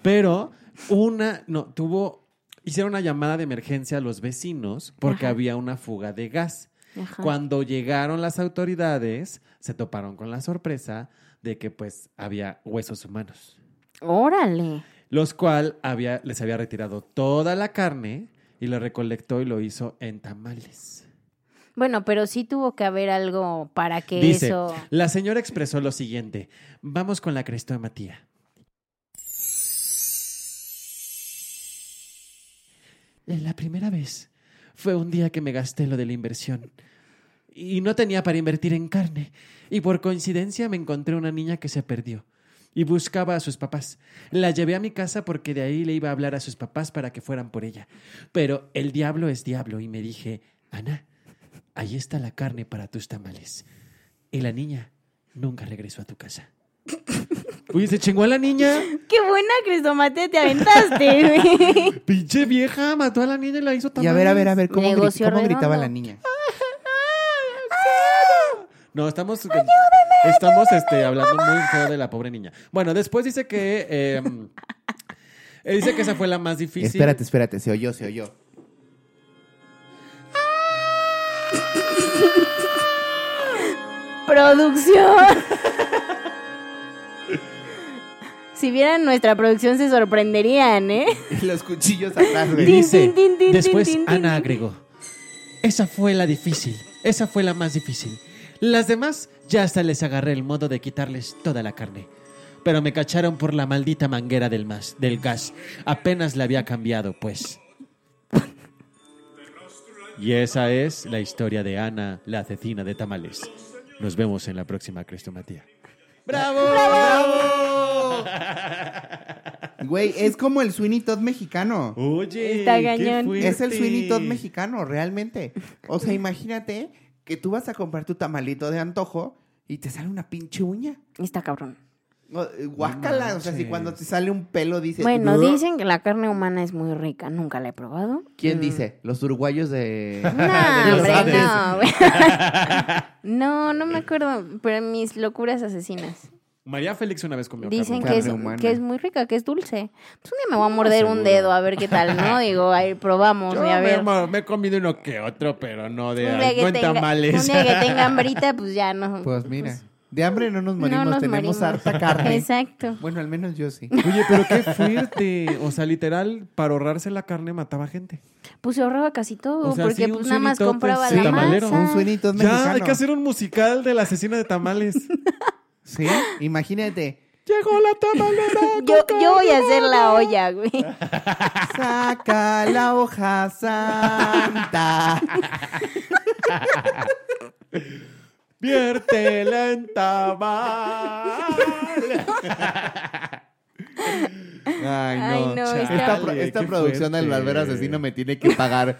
[SPEAKER 2] Pero una, no, tuvo, hicieron una llamada de emergencia a los vecinos porque
[SPEAKER 4] Ajá.
[SPEAKER 2] había una fuga de gas.
[SPEAKER 4] Ajá.
[SPEAKER 2] Cuando llegaron las autoridades, se toparon con la sorpresa de que pues había huesos humanos,
[SPEAKER 4] Órale.
[SPEAKER 2] los cual había, les había retirado toda la carne y lo recolectó y lo hizo en tamales.
[SPEAKER 4] Bueno, pero sí tuvo que haber algo para que
[SPEAKER 2] Dice,
[SPEAKER 4] eso.
[SPEAKER 2] la señora expresó lo siguiente. Vamos con la crestomatía. La primera vez fue un día que me gasté lo de la inversión. Y no tenía para invertir en carne. Y por coincidencia me encontré una niña que se perdió. Y buscaba a sus papás. La llevé a mi casa porque de ahí le iba a hablar a sus papás para que fueran por ella. Pero el diablo es diablo. Y me dije, Ana, ahí está la carne para tus tamales. Y la niña nunca regresó a tu casa. Oye, se chingó a la niña.
[SPEAKER 4] ¡Qué buena, Cristomate! Te aventaste. güey!
[SPEAKER 2] Pinche vieja, mató a la niña y la hizo
[SPEAKER 3] Y
[SPEAKER 2] tamales.
[SPEAKER 3] a ver, a ver, a ver, ¿cómo, gri-
[SPEAKER 4] Negocio
[SPEAKER 3] cómo gritaba
[SPEAKER 4] redondo.
[SPEAKER 3] la niña?
[SPEAKER 2] No, estamos. estamos este, hablando muy feo de la pobre niña. Bueno, después dice que. eh, eh, dice que esa fue la más difícil.
[SPEAKER 3] Espérate, espérate, se oyó, se oyó.
[SPEAKER 4] ¡Producción! si vieran nuestra producción, se sorprenderían, ¿eh?
[SPEAKER 3] Y los cuchillos atrás,
[SPEAKER 2] Y
[SPEAKER 3] güey.
[SPEAKER 4] Din,
[SPEAKER 2] dice,
[SPEAKER 4] din, din, din,
[SPEAKER 2] después
[SPEAKER 4] din, din,
[SPEAKER 2] Ana
[SPEAKER 4] din.
[SPEAKER 2] agregó, esa fue la difícil, esa fue la más difícil. Las demás ya hasta les agarré el modo de quitarles toda la carne. Pero me cacharon por la maldita manguera del, mas- del gas. Apenas la había cambiado, pues. Y esa es la historia de Ana, la asesina de tamales. Nos vemos en la próxima Crestomatía. ¡Bravo!
[SPEAKER 3] Güey, es como el Sweeney Todd mexicano.
[SPEAKER 2] Oye,
[SPEAKER 4] Está
[SPEAKER 2] qué
[SPEAKER 4] cañón.
[SPEAKER 2] fuerte.
[SPEAKER 3] Es el Sweeney Todd mexicano, realmente. O sea, imagínate que tú vas a comprar tu tamalito de antojo y te sale una pinche uña.
[SPEAKER 4] Está cabrón.
[SPEAKER 3] No, eh, Guácala, o sea, si
[SPEAKER 2] manches.
[SPEAKER 3] cuando te sale un pelo dices...
[SPEAKER 4] Bueno,
[SPEAKER 3] "Ugh".
[SPEAKER 4] dicen que la carne humana es muy rica. Nunca la he probado.
[SPEAKER 3] ¿Quién
[SPEAKER 4] Mm.
[SPEAKER 3] dice? Los uruguayos de...
[SPEAKER 4] No,
[SPEAKER 3] de los
[SPEAKER 4] hombre,
[SPEAKER 3] Andes.
[SPEAKER 4] no. güey. no, no me acuerdo. Pero mis locuras asesinas.
[SPEAKER 2] María Félix una vez comió
[SPEAKER 4] Dicen
[SPEAKER 2] carne.
[SPEAKER 4] que es,
[SPEAKER 3] Carne humana.
[SPEAKER 4] que es muy rica, que es dulce. Pues un día me voy a morder un
[SPEAKER 2] seguro.
[SPEAKER 4] dedo a ver qué tal, ¿no? Digo, ahí probamos,
[SPEAKER 2] Yo
[SPEAKER 4] y a
[SPEAKER 2] me,
[SPEAKER 4] ver.
[SPEAKER 2] mo- me he comido uno que otro, pero no de
[SPEAKER 4] Un
[SPEAKER 2] no
[SPEAKER 4] día,
[SPEAKER 2] en
[SPEAKER 4] que tenga,
[SPEAKER 2] tamales.
[SPEAKER 4] un día que tenga hambrita, pues ya no.
[SPEAKER 3] Pues mira, De hambre no nos morimos,
[SPEAKER 4] nos
[SPEAKER 3] tenemos
[SPEAKER 4] morimos.
[SPEAKER 3] harta carne.
[SPEAKER 4] Exacto.
[SPEAKER 3] Bueno, al menos yo sí.
[SPEAKER 2] Oye, pero qué fuerte. O sea, literal, para ahorrarse la carne mataba gente.
[SPEAKER 4] Pues yo ahorraba casi todo,
[SPEAKER 2] O sea,
[SPEAKER 4] porque
[SPEAKER 2] sí, un
[SPEAKER 4] pues nada más
[SPEAKER 2] suelito,
[SPEAKER 4] compraba
[SPEAKER 2] pues,
[SPEAKER 4] la
[SPEAKER 2] tamalero.
[SPEAKER 4] masa.
[SPEAKER 3] Un suenito es
[SPEAKER 2] Ya, hay
[SPEAKER 3] mexicano.
[SPEAKER 2] que hacer un musical de la asesina de tamales.
[SPEAKER 3] Sí, imagínate.
[SPEAKER 2] Llegó la tamalera.
[SPEAKER 4] Yo, yo voy a hacer la olla, güey.
[SPEAKER 3] Saca la hoja santa.
[SPEAKER 2] Viértela en tamal.
[SPEAKER 3] Ay, no.
[SPEAKER 4] Ay, no,
[SPEAKER 3] esta
[SPEAKER 4] está-
[SPEAKER 3] pro- esta
[SPEAKER 2] Qué
[SPEAKER 3] producción del
[SPEAKER 2] fuerte.
[SPEAKER 3] Barbero Asesino me tiene que pagar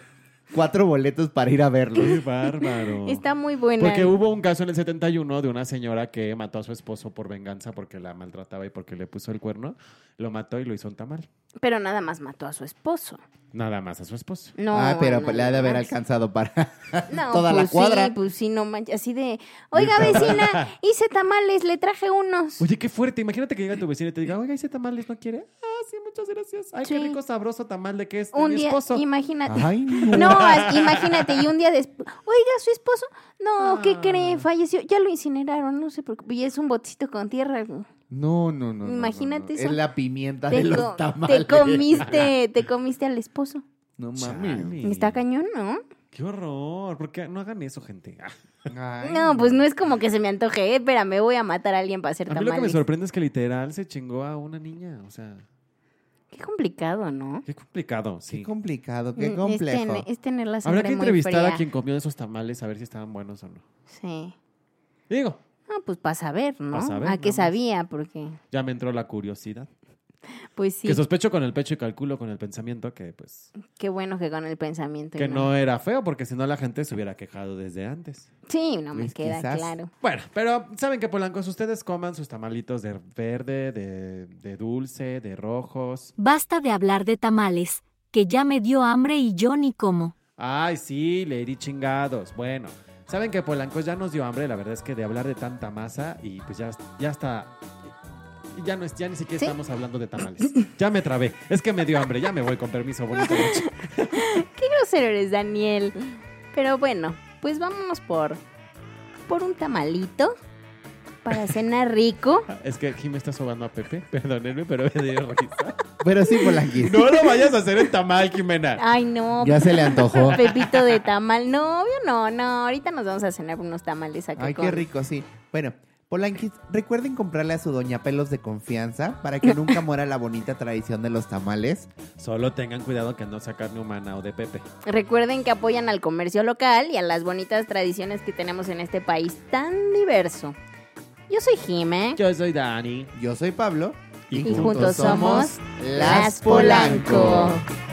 [SPEAKER 3] cuatro boletos para ir a verlo.
[SPEAKER 2] Qué bárbaro.
[SPEAKER 4] Está muy buena.
[SPEAKER 2] Porque hubo un caso en el 71 de una señora que mató a su esposo por venganza porque la maltrataba y porque le puso el cuerno. Lo mató y lo hizo un tamal.
[SPEAKER 4] Pero nada más mató a su esposo.
[SPEAKER 2] Nada más a su esposo.
[SPEAKER 4] No,
[SPEAKER 3] ah, pero
[SPEAKER 4] no,
[SPEAKER 3] pues, le ha de haber
[SPEAKER 4] no.
[SPEAKER 3] alcanzado para
[SPEAKER 4] No,
[SPEAKER 3] toda la
[SPEAKER 4] pues
[SPEAKER 3] cuadra.
[SPEAKER 4] Sí, pues sí, no manches. Así de, oiga, vecina, hice tamales, le traje unos.
[SPEAKER 2] Oye, qué fuerte. Imagínate que llega tu vecino y te diga, oiga, hice tamales, ¿no quiere? Ah, sí, muchas gracias. Ay, qué
[SPEAKER 4] Sí.
[SPEAKER 2] rico, sabroso tamal de que es de
[SPEAKER 4] un
[SPEAKER 2] mi
[SPEAKER 4] día,
[SPEAKER 2] esposo.
[SPEAKER 4] imagínate.
[SPEAKER 3] Ay, no.
[SPEAKER 4] No, as- imagínate, y un día después, oiga, su esposo, no, ¿qué
[SPEAKER 2] Ah.
[SPEAKER 4] cree? Falleció, ya lo incineraron, no se preocupe, y es un botecito con tierra. güey.
[SPEAKER 3] No, no, no, no.
[SPEAKER 4] Imagínate
[SPEAKER 3] no, no.
[SPEAKER 4] eso.
[SPEAKER 3] Es la pimienta
[SPEAKER 4] Te,
[SPEAKER 3] de
[SPEAKER 4] co-
[SPEAKER 3] los
[SPEAKER 4] te
[SPEAKER 3] tamales.
[SPEAKER 4] comiste, te comiste al esposo.
[SPEAKER 3] No mames.
[SPEAKER 2] Chale.
[SPEAKER 4] Está cañón, ¿no?
[SPEAKER 2] Qué horror. ¿Por qué no hagan eso, gente? Ah.
[SPEAKER 3] Ay,
[SPEAKER 4] No, pues no es como que se me antoje, espera, me voy a matar a alguien para hacer
[SPEAKER 2] A mí lo que me
[SPEAKER 4] tamales.
[SPEAKER 2] sorprende es que literal se chingó a una niña. O sea,
[SPEAKER 4] Qué complicado, ¿no? Mm,
[SPEAKER 2] qué complicado. Sí.
[SPEAKER 3] Qué complicado, qué
[SPEAKER 4] Es
[SPEAKER 3] complejo.
[SPEAKER 4] tener- Este, Es, tener la
[SPEAKER 2] Habrá
[SPEAKER 4] sangre
[SPEAKER 2] que
[SPEAKER 4] muy
[SPEAKER 2] entrevistar
[SPEAKER 4] fría.
[SPEAKER 2] a quien comió esos tamales a ver si estaban buenos o no.
[SPEAKER 4] Sí.
[SPEAKER 2] Digo,
[SPEAKER 4] Ah, pues para saber, ¿no?
[SPEAKER 2] Pa' saber,
[SPEAKER 4] a qué
[SPEAKER 2] nada más.
[SPEAKER 4] sabía, porque
[SPEAKER 2] ya me entró la curiosidad.
[SPEAKER 4] pues sí,
[SPEAKER 2] Que sospecho con el pecho y calculo con el pensamiento que, pues,
[SPEAKER 4] qué bueno que con el pensamiento. y
[SPEAKER 2] que
[SPEAKER 4] no-
[SPEAKER 2] no era feo, porque si no la gente se hubiera quejado desde antes.
[SPEAKER 4] Sí, no me
[SPEAKER 3] Pues
[SPEAKER 4] queda
[SPEAKER 3] quizás.
[SPEAKER 4] claro.
[SPEAKER 2] Bueno, pero saben que polancos, ustedes coman sus tamalitos de verde, de, de dulce, de rojos.
[SPEAKER 1] Basta de hablar de tamales, que ya me dio hambre y yo ni como.
[SPEAKER 2] Ay, sí, lady chingados. Bueno, saben que polancos ya nos dio hambre, la verdad es que de hablar de tanta masa y pues ya, ya está. Ya no es, ya ni siquiera
[SPEAKER 4] ¿Sí?
[SPEAKER 2] estamos hablando de tamales. Ya me trabé. Es que me dio hambre. Ya me voy con permiso. Bonita noche.
[SPEAKER 4] Qué grosero eres, Daniel. Pero bueno, pues vámonos por por un tamalito para cenar rico.
[SPEAKER 2] Es que aquí me está sobando a Pepe. Perdónenme, pero me dio risa.
[SPEAKER 3] Pero sí, Polanquis.
[SPEAKER 2] No lo vayas a hacer en tamal, Jimena.
[SPEAKER 4] Ay, no.
[SPEAKER 3] Ya se le antojó.
[SPEAKER 4] Pepito de tamal. No, obvio no, no. Ahorita nos vamos a cenar unos tamales acá.
[SPEAKER 3] Ay,
[SPEAKER 4] con-
[SPEAKER 3] qué rico, sí. Bueno, Polanquis, recuerden comprarle a su doña pelos de confianza para que nunca muera la bonita tradición de los tamales.
[SPEAKER 2] Solo tengan cuidado que no sea carne humana o de Pepe.
[SPEAKER 4] Recuerden que apoyan al comercio local y a las bonitas tradiciones que tenemos en este país tan diverso. Yo soy Jime.
[SPEAKER 2] Yo soy Dani.
[SPEAKER 3] Yo soy Pablo
[SPEAKER 2] Y
[SPEAKER 4] juntos somos
[SPEAKER 3] Las Polanco.
[SPEAKER 4] Polanco.